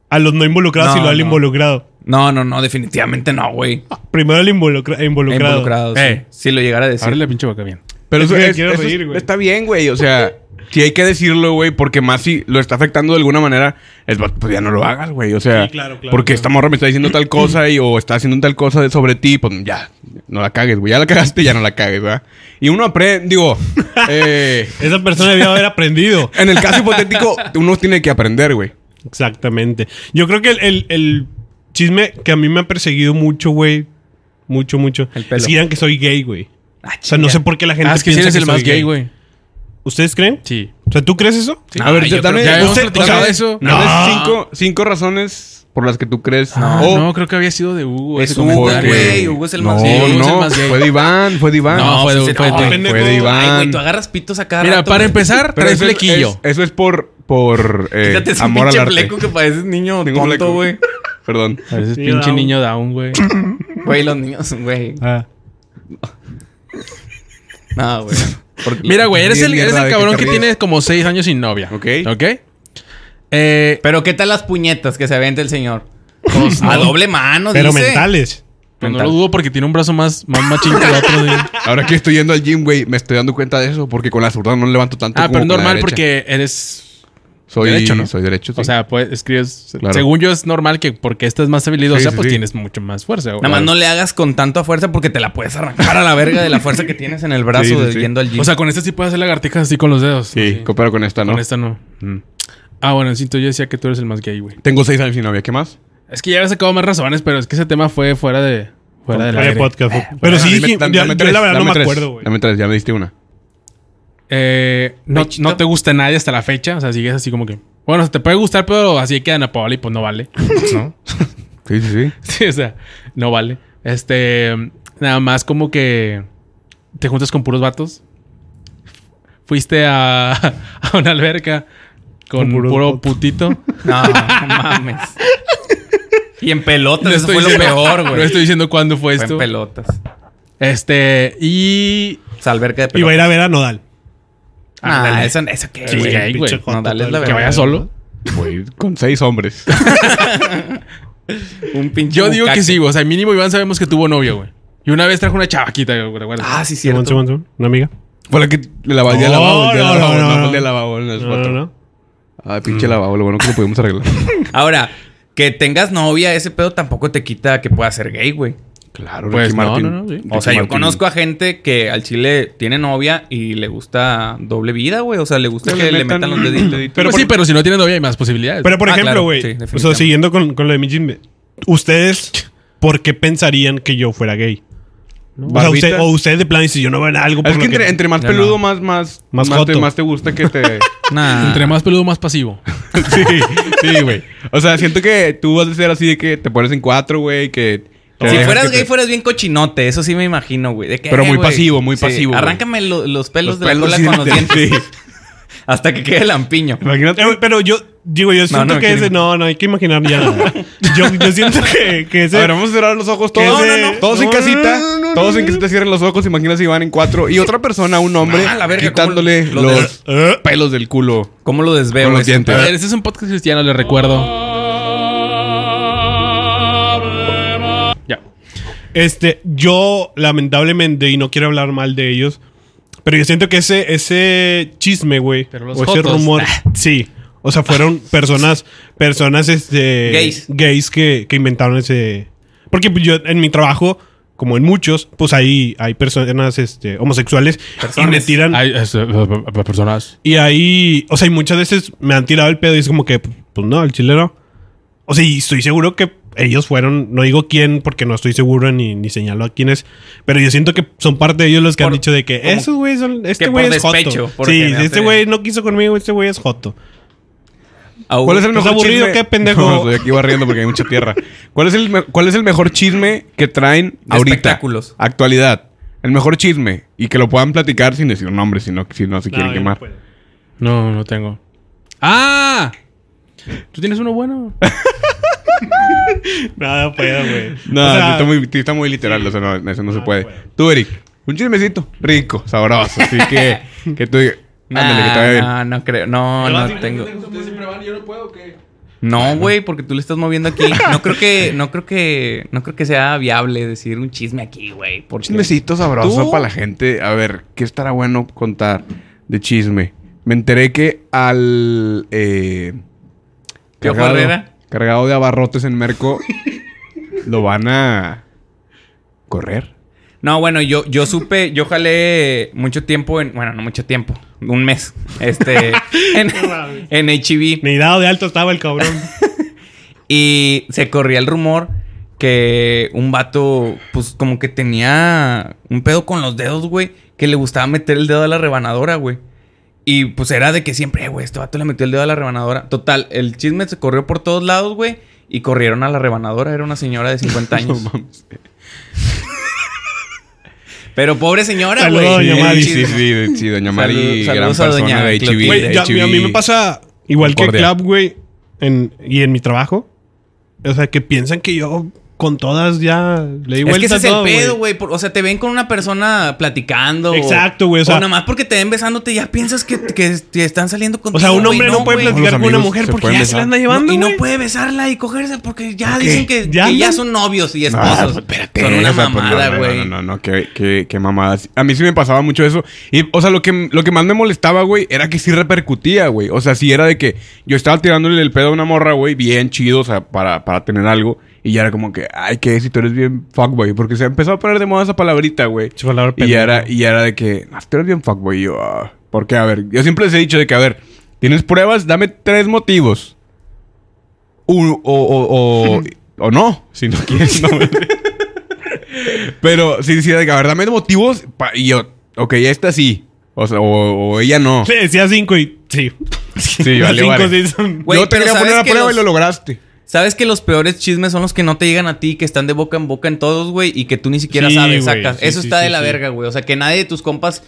S4: a los no involucrados
S1: No,
S4: y luego al
S1: no.
S4: involucrado.
S1: No, no, no, definitivamente no, güey.
S4: Primero al involucra- involucrado.
S1: Involucrado.
S3: Eh.
S1: Sí. Si lo llegara a decir.
S3: Abre la pinche boca bien.
S2: Pero
S4: Es
S2: eso,
S4: que me
S2: es-
S4: quiero
S2: eso es-
S4: reír, güey.
S2: está bien, güey. O sea, si hay que decirlo, güey, porque más si lo está afectando de alguna manera, es, pues ya no lo hagas, güey. O sea,
S4: Sí, claro, claro,
S2: porque
S4: claro.
S2: esta morra me está diciendo tal cosa y o está haciendo tal cosa de- sobre ti, pues ya, no la cagues, güey. Ya la cagaste, ya no la cagues, ¿verdad? Y uno aprende, digo, eh,
S4: Esa persona debió haber aprendido.
S2: en el caso hipotético, uno tiene que aprender, güey.
S4: Exactamente. Yo creo que el, el- el chisme que a mí me ha perseguido mucho, güey. Mucho, mucho.
S1: El pelo.
S4: Es que digan que soy gay, güey.
S1: Ah,
S4: O sea, no
S1: chinga.
S4: sé por qué la gente
S3: Ah, es que si
S4: piensa
S3: eres el
S4: soy
S3: más gay, güey.
S4: ¿Ustedes creen?
S3: Sí.
S4: O sea, ¿tú crees eso?
S3: Ah,
S2: A ver, yo también-
S3: Ya habíamos
S2: usted-
S3: platicado
S2: o sea,
S3: de eso.
S4: No.
S2: Dame cinco, cinco razones por las que tú crees.
S3: Ah,
S2: o-
S3: no, creo que había sido de Hugo.
S1: Es
S3: ese
S1: Hugo,
S3: comentario.
S1: güey. Hugo es el más
S2: no,
S1: gay.
S3: Hugo es el
S2: no,
S3: más gay.
S2: fue de Iván, fue de Iván.
S3: Ah, No, fue de-
S1: sí, sí,
S3: fue de-
S1: ay,
S2: fue de Iván.
S1: Ay, güey, tú agarras pitos a cada
S3: Mira,
S1: rato,
S3: para
S1: güey.
S3: empezar,
S2: Pero
S3: traes
S2: eso es-
S3: flequillo.
S2: es- eso es por, por eh,
S1: Fíjate ese
S2: amor al
S1: pinche
S2: arte.
S1: fleco que pareces niño
S2: Tengo
S1: tonto,
S2: fleco.
S1: güey.
S2: Perdón.
S3: Pareces
S4: Sí,
S3: pinche
S4: Down.
S3: niño down, güey.
S1: Güey, los niños, güey.
S4: Ah.
S1: No, güey. Porque-
S3: Mira, güey, eres
S2: Bien
S3: el, eres
S2: mierda
S3: el
S2: de
S3: cabrón
S2: que te
S3: que
S2: ríes.
S3: tiene como seis años sin novia.
S2: Ok.
S3: ¿Ok? Eh,
S1: Pero ¿qué tal las puñetas que se avienta el señor? a doble mano,
S4: Pero
S1: dice.
S4: mentales.
S3: pero no
S1: Mental.
S3: lo dudo porque tiene un brazo más, más machín que el otro. güey.
S2: Ahora que estoy yendo al gym, güey, me estoy dando cuenta de eso porque con la zurda no levanto tanto.
S3: Ah,
S2: como
S3: pero
S2: con la
S3: normal
S2: derecha.
S3: porque eres.
S2: soy
S3: derecho, ¿no?
S2: Soy derecho. sí.
S3: O sea, pues escribes.
S2: Claro.
S3: Según yo, es normal que porque estás más habilidosa,
S2: Sí, sí,
S3: pues
S2: sí.
S3: tienes mucho más fuerza, güey.
S1: Nada más no le hagas con tanta fuerza porque te la puedes arrancar a la verga de la fuerza que tienes en el brazo
S2: Sí, sí,
S1: de-
S2: sí.
S1: yendo al gym.
S3: O sea, con esta sí puedes hacer lagartijas así con los dedos.
S2: sí,
S3: Así.
S2: co- pero con esta no.
S3: Con esta no. Ah, bueno, siento, yo decía que tú eres el más gay, güey.
S2: Tengo seis años sin novia. ¿Qué más?
S3: Es que ya habías sacado más razones, pero es que ese tema fue fuera de. Fuera de
S4: Fuera de
S3: la.
S4: podcast. Pero sí, dije- ya- yo la verdad no me acuerdo, güey.
S2: Dame tres, ya me diste una.
S3: Eh, no,
S1: Pechito.
S3: no te gusta nadie hasta la fecha. O sea, sigues así como que. Bueno, te puede gustar, pero así queda Ana Paola y pues no vale. ¿No?
S2: Sí, sí, sí.
S3: sí, o sea, no vale. Este. Nada más como que. Te juntas con puros vatos. Fuiste a, a una alberca con
S4: Con puros
S3: puro
S4: vatos.
S3: putito.
S1: No, no mames. Y en pelotas, eso fue lo
S3: diciendo-
S1: peor, güey.
S3: No estoy diciendo cuándo fue
S1: Fue en
S3: esto.
S1: pelotas.
S3: Este, y.
S1: O sea, alberca de
S4: Y va a
S1: pelotas.
S4: ir a ver a Nodal.
S1: Ah, esa, esa qué,
S3: Sí,
S1: güey.
S3: gay, güey.
S4: Pinche joto
S1: No, dale, es la
S4: todo el
S3: Que
S1: verdad.
S3: vaya solo.
S2: Güey, con seis hombres.
S1: Un pinche
S3: Yo digo que
S1: bucaque.
S3: sí, güey. o sea, mínimo Iván sabemos que tuvo novio, güey. Y una vez trajo una chavaquita, güey, ¿recuerdas?
S1: Ah, sí,
S4: Simón,
S1: cierto.
S4: Simón, Simón. ¿Una amiga?
S2: Fue la que le lavaba el día
S4: No,
S2: lavabo. el día
S4: no,
S2: lavabo,
S4: no,
S2: No,
S4: no.
S2: el día lavabo. en las
S4: No, no,
S2: cuatro.
S4: no.
S2: Ah, pinche lavabo. Lo bueno que lo pudimos arreglar.
S1: Ahora, que tengas novia, ese pedo tampoco te quita que pueda ser gay, güey.
S2: Claro,
S3: Pues
S2: Ricky
S3: no,
S2: Martin.
S3: no, no, sí.
S1: O sea,
S2: Ricky
S1: yo
S2: Martin.
S1: conozco a gente que al chile tiene novia y le gusta doble vida, güey. O sea, le gusta
S2: Que
S1: que,
S2: le
S1: le metan
S2: metan-
S1: los deditos.
S3: Pero sí, pero si no tiene novia hay más posibilidades.
S4: Pero por
S1: Ah,
S4: ejemplo,
S1: claro,
S4: güey.
S1: sí,
S4: o sea,
S1: definitivamente.
S4: siguiendo con, con lo de mi chisme. ¿Ustedes por qué pensarían que yo fuera gay? O, sea,
S2: Barbita.
S4: usted- o ustedes de plan dicen, yo no veo en algo. por
S2: Es
S4: lo
S2: que entre, entre más
S1: Ya
S2: peludo,
S1: no.
S2: más, más,
S4: Más
S2: más, te,
S4: joto.
S2: más te gusta que te.
S1: Nah.
S3: Entre más peludo, más pasivo.
S2: sí, sí, güey. O sea, siento que tú vas a ser así de que te pones en cuatro, güey, que. te
S1: Si
S2: dejas
S1: fueras
S2: que te-
S1: gay, fueras bien cochinote. Eso sí me imagino, güey. De que,
S2: Pero
S1: eh,
S2: muy
S1: güey,
S2: pasivo, muy
S1: sí,
S2: pasivo, güey.
S1: Arráncame lo- los pelos
S2: Los
S1: de la
S2: pelos
S1: cola
S2: y
S1: con los
S2: dientes,
S1: dientes. Hasta que quede el ampiño.
S2: Imagínate.
S4: Eh, Pero yo, digo, yo siento
S1: no,
S4: que
S1: quiero
S4: ese. No, no, hay que imaginar ya. nada. yo, yo siento que, que
S2: A
S4: ese.
S2: ver, vamos a cerrar los ojos
S4: que
S2: todos.
S4: ese-
S2: Todos en
S4: no,
S2: casita.
S4: no, no, no,
S2: Todos en que se te cierren los ojos, imagínate si van en cuatro. Y otra persona, un hombre,
S1: Ah, la verga, ¿cómo
S2: quitándole
S1: lo- lo
S2: los
S4: Eh,
S2: pelos del culo.
S1: ¿Cómo lo desveo?
S2: Con los
S1: eso?
S2: dientes.
S3: A ver, este es un podcast cristiano, les recuerdo. Ya.
S4: Este, yo lamentablemente, y no quiero hablar mal de ellos, pero yo siento que ese, ese chisme, güey,
S3: Pero los
S4: o ese
S3: jotos, Ah.
S4: rumor,
S3: nah.
S4: sí. O sea, fueron personas, personas, este...
S1: Gays.
S4: Gays que, que inventaron ese... Porque pues, yo en mi trabajo, como en muchos, pues ahí hay personas, este, homosexuales y me
S1: Personas.
S4: tiran...
S3: Hay este, eh, personas.
S4: Y ahí, o sea, y muchas veces me han tirado el pedo y es como que, pues no, el chileno. O sea, y estoy seguro que ellos fueron, no digo quién porque no estoy seguro ni, ni señalo a quiénes, pero yo siento que son parte de ellos los que han
S1: Por-
S4: dicho de que
S1: como
S4: esos güey son, este
S1: que
S4: güey
S1: por
S4: es
S1: despecho,
S4: joto.
S1: porque
S4: Sí,
S1: hace-
S4: este güey no quiso conmigo, este güey es joto.
S1: Au.
S2: ¿Cuál es el
S4: Es
S2: mejor
S4: Oh, aburrido,
S2: chisme?
S4: qué pendejo.
S2: No, estoy aquí barriendo porque hay mucha tierra. ¿Cuál es el, me- cuál es el mejor chisme que traen
S1: De
S2: ahorita?
S1: espectáculos.
S2: Actualidad. El mejor chisme. Y que lo puedan platicar sin decir nombres, si no, si no se quieren quemar.
S3: No, no tengo. ¡Ah! ¿Tú tienes uno bueno?
S4: Nada puedo, güey.
S2: No,
S4: O sea,
S2: sí está, muy, sí está muy literal, o sea, no, eso no se puede.
S4: bueno.
S2: Tú, Eric, un chismecito rico, sabroso. Así que, que tú digas, ándale, que te vaya
S1: Nah,
S2: bien.
S1: no, no creo. No, no tengo. No, güey, porque tú le estás moviendo aquí. No creo que, no creo que, no creo que sea viable decir un chisme aquí, güey.
S2: Un
S1: porque-
S2: chismecito sabroso
S1: ¿Tú?
S2: para la gente. A ver, ¿qué estará bueno contar de chisme? Me enteré que al. Eh,
S1: Piojo Herrera.
S2: cargado de abarrotes en Merco lo van a. correr.
S1: No, bueno, yo, yo supe, yo jalé mucho tiempo en, bueno, no mucho tiempo, un mes, este, en, en HIV.
S4: Ni dado de alto estaba el cabrón.
S1: Y se corría el rumor que un vato, pues como que tenía un pedo con los dedos, güey, que le gustaba meter el dedo a la rebanadora, güey. Y pues era de que siempre, "Eh, güey, este vato le metió el dedo a la rebanadora. Total, el chisme se corrió por todos lados, güey, y corrieron a la rebanadora. Era una señora de 50 años.
S2: No mames.
S1: Pero pobre señora,
S4: Saludos,
S1: güey.
S4: doña
S2: Sí,
S1: El
S4: Mari.
S2: Sí,
S1: chisme.
S2: sí, sí, doña
S1: Salud-
S2: Mari, gran
S1: saludos a
S2: persona
S1: doña
S2: de HIV.
S4: Güey, ya,
S2: de
S4: a mí me
S2: HIV.
S4: pasa igual que
S2: Concordia.
S4: el club, güey, en- y en mi trabajo. O sea, que piensan que yo con todas ya le di
S1: Es
S4: vuelta
S1: que ese es
S4: a todo,
S1: el pedo, güey. Por- O sea, te ven con una persona platicando. o-
S4: Exacto, güey, o
S1: O,
S4: sea-
S1: nomás porque te ven besándote ya piensas que, que te están saliendo con
S4: O sea, un hombre no, puede platicar
S2: Los
S4: con una
S2: amigos
S4: mujer
S2: se
S4: porque
S2: pueden
S4: ya se la
S2: besar.
S4: anda llevando,
S1: y no
S4: güey.
S1: puede besarla y cogerse porque ya
S4: qué?
S1: dicen que que
S4: ¿Ya
S1: ya,
S4: andan?
S1: son novios y
S2: Ah,
S1: esposos.
S2: pues, espérate,
S1: son una
S2: o sea, pues,
S1: mamada,
S2: no,
S1: güey.
S2: No, no, no, no, qué, qué, qué mamadas. A mí sí me pasaba mucho eso. Y, o sea, lo que, lo que más me molestaba, güey, era que sí repercutía, güey. O sea, sí era de que yo estaba tirándole el pedo a una morra, güey, bien chido, o sea, para, para tener algo. Y ya era como que, ay, ¿qué si tú eres bien fuckboy? Porque se empezó a poner de moda esa palabrita, güey.
S4: Esa palabra
S2: Y ya, era,
S4: pendeja.
S2: y ya era de que, "Ah, tú eres bien fuckboy. Y yo, ah, ¿por qué? A ver, yo siempre les he dicho de que, a ver, ¿tienes pruebas? Dame tres motivos. Un- o, o, o, o no, si no quieres, no me- Pero sí, sí, de que, a ver, dame motivos. pa- y yo, ok, esta sí. O sea, o, o ella no.
S4: Le decía cinco y sí.
S2: Sí,
S4: Las
S2: vale,
S4: cinco
S2: vale.
S4: sí son-
S1: Güey,
S2: yo te
S1: pero
S2: quería
S1: ¿sabes
S2: poner a
S1: que
S2: prueba
S1: los-
S2: y lo lograste.
S1: Sabes que los peores chismes son los que no te llegan a ti, que están de boca en boca en todos, güey, y que tú ni siquiera
S4: Sí,
S1: sabes,
S4: güey,
S1: sacas.
S4: sí,
S1: Eso
S4: sí,
S1: está
S4: sí,
S1: de la
S4: sí.
S1: verga, güey. O sea, que nadie de tus compas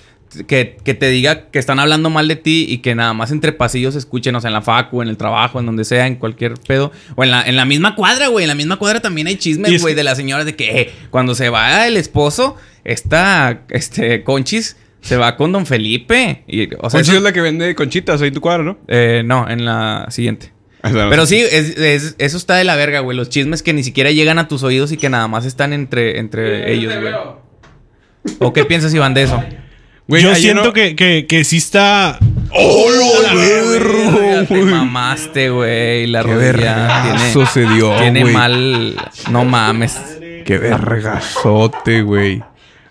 S1: que, que te diga que están hablando mal de ti y que nada más entre pasillos escuchen, o sea, en la facu, en el trabajo, en donde sea, en cualquier pedo. O en la, en la misma cuadra, güey. En la misma cuadra también hay
S4: Y
S1: chismes,
S4: es
S1: güey,
S4: que-
S1: de las señoras de que eh, cuando se va el esposo, está, este, Conchis, se va con Don Felipe. Y, o sea,
S2: Conchita
S1: eso-
S2: Pues es la que vende conchitas ahí en tu cuadro, ¿no?
S1: eh, no, en la siguiente.
S2: O sea, no
S1: Pero
S2: sé.
S1: sí, es- es- eso está de la verga, güey. Los chismes que ni siquiera llegan a tus oídos y que nada más están entre, entre ellos, güey. ¿O qué piensas, Iván, de eso?
S2: Güey,
S4: yo
S2: ayer
S4: siento
S2: no-
S4: que, que, que sí está.
S1: ¡Hola, Te mamaste, güey. La
S2: Qué
S1: rodilla
S2: vergazo
S1: tiene,
S2: se dio,
S1: tiene
S2: güey.
S1: mal... No mames.
S2: Qué vergazote, güey.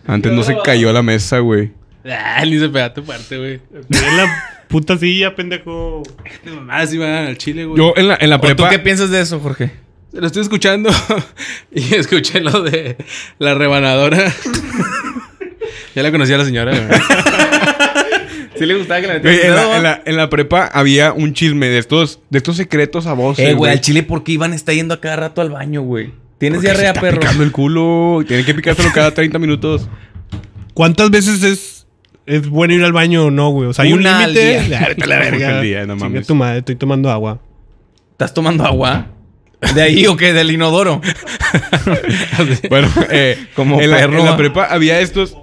S2: Antes no se cayó la mesa, güey.
S3: Ah, ni se pega tu parte, güey.
S4: En la puta silla, pendejo.
S3: Mamá, sí van al chile, güey.
S2: Yo en la, en la
S1: ¿O tú
S2: prepa.
S1: qué piensas de eso, Jorge?
S3: Lo estoy escuchando y escuché lo de la rebanadora. ya la conocía la señora, güey.
S1: Sí le gustaba que le
S2: Güey, en, la, en la- en la prepa había un chisme de estos, de estos secretos a voces.
S1: Eh, güey, al chile, ¿por qué Iván está yendo a cada rato al baño, güey? Tienes
S2: Porque se
S1: diarrea,
S2: está
S1: perro.
S2: picando el culo. Tienen que picártelo cada 30 minutos.
S4: ¿Cuántas veces es, es bueno ir al baño o no, güey? O sea, hay un
S1: Una al
S4: límite.
S1: día.
S4: Vete a la
S2: Una
S4: verga.
S2: al día, no
S4: Chinga
S2: mames.
S4: tu madre, estoy tomando agua.
S1: ¿Estás tomando agua? ¿De ahí o qué? ¿Del inodoro?
S2: Bueno, eh,
S1: Como
S2: en, la,
S1: perro.
S2: en la prepa había estos.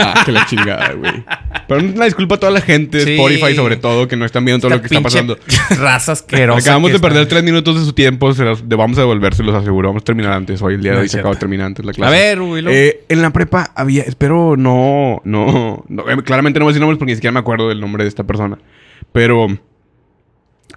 S2: Ah, que la chingada, güey. Pero una disculpa a toda la gente de
S1: Sí.
S2: Spotify, sobre todo, que no están viendo todo lo que está
S1: Esta
S2: pasando.
S1: pinche Raza asquerosa.
S2: Acabamos
S1: que
S2: de perder
S1: está.
S2: tres minutos de su tiempo. se los- de- vamos a devolverse, los aseguro. Vamos a terminar antes. Hoy el día de
S3: No
S2: hoy
S3: es
S2: se
S3: cierto.
S2: acaba de terminar antes la clase.
S1: A ver, güey, luego.
S2: Eh, en la prepa había. Espero no. No. no, eh, claramente no voy a decir nombres porque ni siquiera me acuerdo del nombre de esta persona. Pero.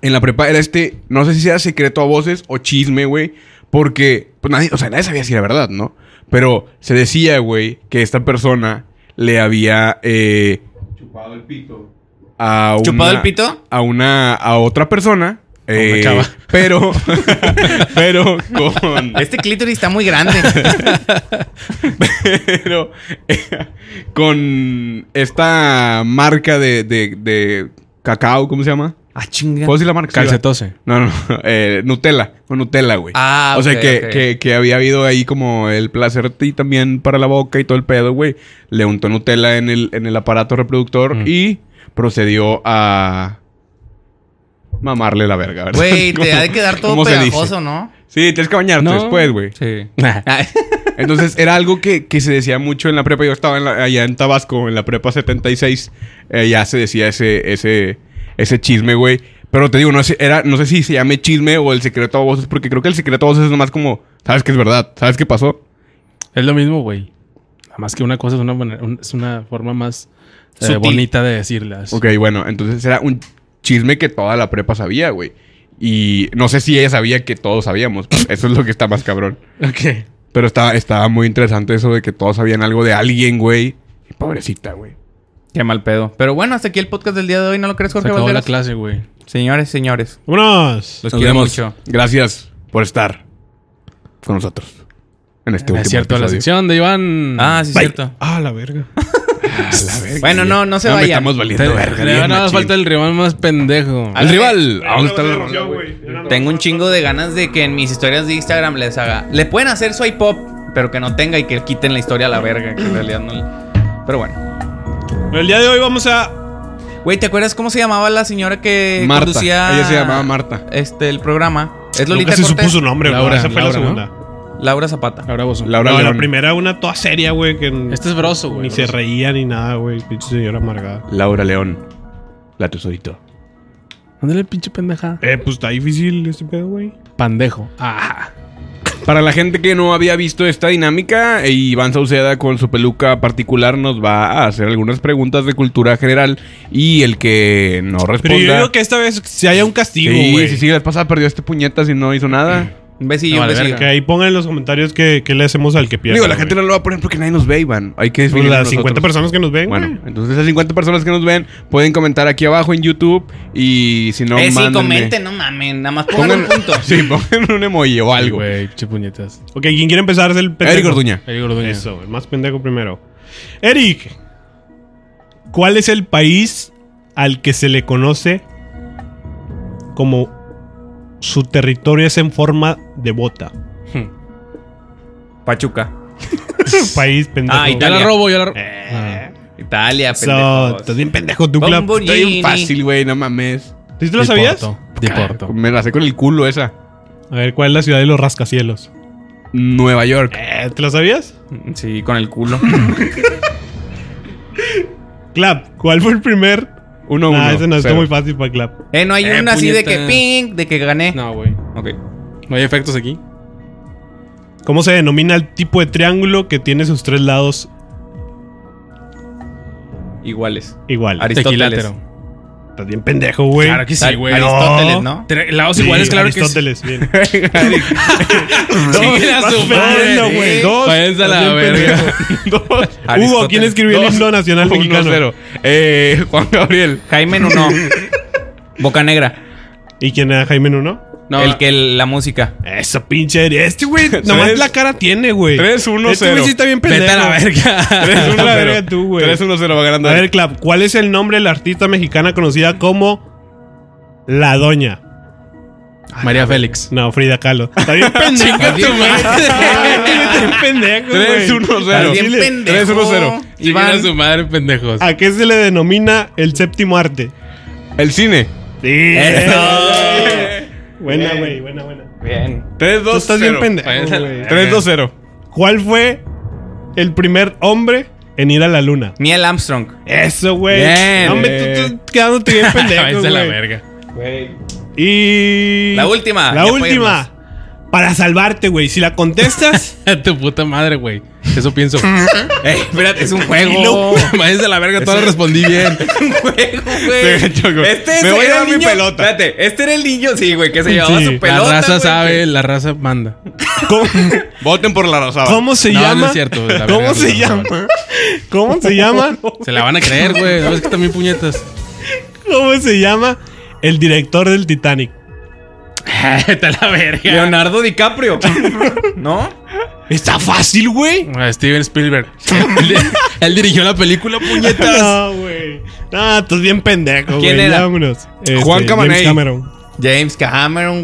S2: En la prepa era este. No sé si era secreto a voces o chisme, güey. Porque. Pues nadie. O sea, nadie sabía si era verdad, ¿no? Pero se decía, güey, que esta persona le había. eh, chupado el pito. A una,
S1: ¿Chupado el pito?
S2: A una. A otra persona.
S3: una
S2: eh,
S3: chava.
S2: Pero. pero con.
S1: Este clítoris está muy grande.
S2: Pero eh, con esta marca de, de- de cacao, ¿cómo se llama?
S1: ah, chinga.
S2: ¿Puedo decir la marca?
S3: Calcetose.
S2: No, no, no, eh, Nutella, con Nutella, güey.
S1: Ah,
S2: O sea,
S1: ok,
S2: que,
S1: ok.
S2: que- que había habido ahí como el placer y también para la boca y todo el pedo, güey. Le untó Nutella en el, en el aparato reproductor
S3: Mm.
S2: y procedió a mamarle la verga, ¿verdad?
S1: Güey, te
S2: ¿Cómo-
S1: ha de quedar todo
S2: cómo se dice?
S1: pegajoso, ¿no?
S2: Sí, tienes que bañarte
S3: No.
S1: Pues,
S2: después, güey.
S1: Sí.
S2: Entonces era algo que, que se decía mucho en la prepa. Yo estaba en la- allá en Tabasco, en la prepa 76. eh, ya se decía ese, ese, ese chisme, güey. Pero te digo, no sé, era, no sé si se llame chisme o el secreto a voces, porque creo que el secreto a voces es nomás como, sabes que es verdad, sabes qué pasó.
S3: Es lo mismo, güey. Nada más que una cosa es una, manera- un- es una forma más eh,
S1: Sutil.
S3: bonita de decirlas.
S2: Ok, bueno, entonces era un chisme que toda la prepa sabía, güey. Y no sé si ella sabía que todos sabíamos. Eso es lo que está más cabrón.
S3: Ok.
S2: Pero estaba, estaba muy interesante eso de que todos sabían algo de alguien, güey. Pobrecita, güey.
S1: Qué mal pedo. Pero bueno, hasta aquí el podcast del día de hoy. ¿No lo crees,
S3: Se
S1: Jorge
S3: acabó la
S1: Valderas?
S3: clase, güey.
S1: Señores, señores.
S4: ¡Vámonos!
S1: Los
S2: Nos
S1: quiero
S2: vemos.
S1: mucho.
S2: Gracias por estar con nosotros en este último
S3: Es cierto, la
S2: episodio.
S3: sección de Iván.
S1: Ah, sí,
S2: Bye.
S1: cierto.
S4: Ah, la verga.
S1: Bueno, no, no se
S2: No, me
S1: vayan.
S2: estamos
S3: Te-
S2: valiendo verga.
S3: le nada
S2: bien
S3: más
S2: machín.
S3: falta el rival más pendejo.
S2: Al rival. Aún está la ronda, güey.
S1: Tengo un chingo de ganas de que en mis historias de Instagram les haga. Le pueden hacer swipe pop, pero que no tenga y que quiten la historia a la verga, que en realidad no. le- Pero bueno.
S4: El día de hoy vamos a.
S1: Güey, ¿te acuerdas cómo se llamaba la señora que
S2: Marta.
S1: conducía
S2: Ella Eh, se llamaba Marta.
S1: Este, el programa. Es Lolita
S4: Nunca se
S1: Cortés?
S4: supuso su nombre, güey.
S3: Laura,
S4: Esa fue la
S3: Laura, ¿no?
S4: segunda.
S1: Laura Zapata.
S3: Ahora vos.
S2: Laura
S4: No, la
S2: León.
S4: primera una toda seria, güey, que n-
S3: Este es broso, güey.
S4: ni se reía ni nada, güey. Pinche señora amargada.
S2: Laura León. La tesorito.
S3: Ándale, pinche pendeja.
S4: Eh, pues está difícil este pedo, güey.
S3: Pandejo. Ah.
S2: Para la gente que no había visto esta dinámica, eh, Iván Sauceda con su peluca particular nos va a hacer algunas preguntas de cultura general y el que no
S4: Pero
S2: responda...
S4: yo digo que esta vez si haya un castigo,
S2: Sí,
S4: güey.
S2: sí, sí, la vez pasada perdió este puñeta y no hizo nada.
S1: Un besillo,
S3: No,
S1: un
S3: vale
S1: besillo.
S4: Que ahí pongan en los comentarios que, que le hacemos al que pierde.
S2: Digo, la gente no lo va a poner porque nadie nos ve, Iván. Hay que
S4: Pues
S2: definir
S4: las 50 personas que nos ven,
S2: Bueno,
S4: güey.
S2: entonces esas 50 personas que nos ven pueden comentar aquí abajo en YouTube y si no,
S1: eh, sí,
S2: mándenme-
S1: comenten, no mamen. Nada más pongan,
S2: Pongan-
S1: un punto.
S2: Sí, pongan un emoji
S3: Algo.
S2: o algo.
S3: Güey, pinche puñetas.
S4: Ok, ¿quién quiere empezar? Es el pendejo.
S2: Eric Orduña.
S3: Eric Orduña.
S4: Eso, el más pendejo primero. Eric, ¿cuál es el país al que se le conoce como su territorio es en forma de bota?
S1: Pachuca.
S4: país pendejo.
S1: Ah,
S3: Yo
S1: Italia.
S3: la robo, yo la robo. Ah.
S4: Eh,
S1: Italia,
S4: so,
S1: pendejos.
S4: estás bien pendejo, tú, Clap.
S1: Bomboni.
S2: Está bien fácil, güey, no mames.
S4: ¿Sí te lo sabías?
S3: Diporto.
S2: Me la sé con el culo esa.
S4: A ver, ¿cuál es la ciudad de los rascacielos?
S2: Nueva York.
S4: Eh, ¿Te lo sabías?
S1: Sí, con el culo.
S4: Clap, ¿cuál fue el primer?
S2: Uno, uno,
S4: ah, ese no está
S2: cero.
S4: muy fácil para Clap.
S1: Eh, no hay
S3: Eh,
S1: una así de que
S3: puñeta.
S1: ping, de que gané.
S3: No, güey.
S1: Ok.
S3: No hay efectos aquí.
S4: ¿Cómo se denomina el tipo de triángulo que tiene sus tres lados
S1: Iguales.
S4: iguales?
S1: Ari- Aristóteles.
S3: Tequilátero.
S4: Estás bien pendejo, güey.
S3: Claro que sí,
S1: Ar-
S3: güey.
S1: Aristóteles, ¿no?
S3: Tre- Lados
S4: Sí,
S3: iguales, claro que sí.
S4: Aristóteles, bien.
S3: Sí, la
S4: Vas
S3: su
S4: perdiendo,
S3: madre.
S4: güey.
S1: Sí.
S4: Dos.
S3: Váyanse a la
S4: Estás bien
S3: verga.
S4: pendejo. Dos. Hugo,
S1: Aristóteles.
S4: ¿quién escribió el
S2: Dos.
S4: himno nacional
S2: Uno,
S4: mexicano?
S2: cero. Eh, Juan Gabriel.
S1: Jaime Nuno. Boca Negra.
S4: ¿Y quién era Jaime Nuno?
S3: No,
S1: el que la música.
S4: Esa pinche Eri- Este güey, nomás
S2: Tres-
S4: la cara tiene, güey.
S2: 3-1-0.
S4: Este güey sí está bien pendejo.
S3: Vete a la verga.
S4: 3-1-0. la verga tú, güey.
S2: 3-1-0 va ganando.
S4: A ver, Clap, ¿cuál es el nombre de la artista mexicana conocida como La Doña?
S3: María Félix.
S4: No, Frida Kahlo. Está bien pendejo. Este
S3: Chinga tu madre.
S4: Está bien pendejo, güey.
S2: 3-1-0.
S1: Bien
S4: Chile.
S2: 3-1-0.
S1: pendejo.
S3: Iván.
S1: Iván.
S3: su madre, pendejos.
S4: ¿A qué se le denomina el séptimo arte?
S2: El cine.
S4: Sí.
S1: Eso.
S4: Buena, güey, buena, buena.
S1: Bien.
S2: 3,
S4: Tú
S2: 2,
S4: estás bien pendejo,
S1: Váyanse a la
S4: güey.
S1: verga.
S2: 3, 2, 0.
S4: ¿Cuál fue el primer hombre en ir a la luna?
S1: Neil Armstrong.
S4: Eso, güey.
S1: Bien.
S4: No, hombre, tú, tú quedándote bien pendejo,
S3: Váyanse a la
S4: güey.
S3: verga.
S4: Y...
S1: La última.
S4: La
S1: ya
S4: última. Para salvarte, güey. Si la contestas...
S3: tu puta madre, güey. Eso pienso.
S1: podemos. Ey, espérate, es un juego.
S3: Luego, váyanse a la verga, todas
S2: Ahora
S3: las respondí.
S2: respondí bien.
S1: un juego, güey.
S2: De hecho, güey.
S1: Este
S2: Me voy a
S1: era el
S2: llevar mi
S1: niño-
S2: pelota.
S1: Espérate, este era el niño, sí, güey, que se llevaba
S4: Sí,
S1: su
S4: la
S1: pelota.
S3: la raza
S1: güey.
S3: sabe, Ah, la raza manda.
S4: ¿Cómo,
S2: Voten por la razada.
S4: cómo se
S3: No, no
S4: llama?
S3: es cierto, la
S4: ¿Cómo
S3: verga,
S4: se
S3: no,
S4: llama? ¿Cómo se llama?
S3: Se la van a creer, güey. No es que también puñetas.
S4: ¿Cómo se llama el director del Titanic?
S3: Está la verga.
S1: Leonardo DiCaprio. ¿No?
S4: Está fácil, güey.
S3: Ah, Steven Spielberg. él, él dirigió la película, puñetas.
S4: No, güey. No, tú es bien pendejo, güey.
S1: ¿Quién era?
S4: Ya, vámonos. Este,
S2: Juan Camaney.
S4: James Cameron.
S1: James Cameron,
S3: Que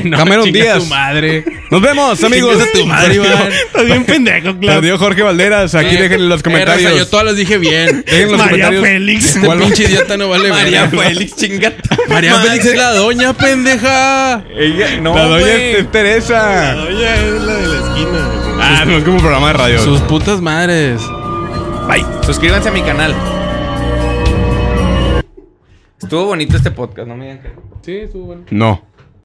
S1: güey.
S3: no,
S2: Cameron
S3: chinga
S2: Díaz.
S3: tu madre.
S2: Nos vemos, amigos.
S3: Chingas a tu madre, Iván.
S4: Estás bien pendejo, claro.
S2: Perdió Jorge Valderas. Aquí
S3: Eh,
S2: dejen en los
S3: eh, raza, yo
S2: comentarios.
S3: todas las dije bien.
S2: Dejen en los
S4: María
S2: comentarios.
S4: Félix.
S3: Este
S2: ¿Cuál-
S3: pinche idiota no vale
S1: María
S3: verga.
S1: Félix, chingata.
S3: María Félix es la doña, pendeja.
S1: Ella, no,
S2: La doña
S1: güey.
S4: este
S2: es Teresa.
S4: Oye, es la de la esquina. güey.
S2: Ah, no es como un programa de radio.
S3: Sus putas madres.
S1: Bye. Suscríbanse a mi canal. Estuvo bonito este podcast, no me digan que no.
S3: Sí, estuvo bueno.
S2: No.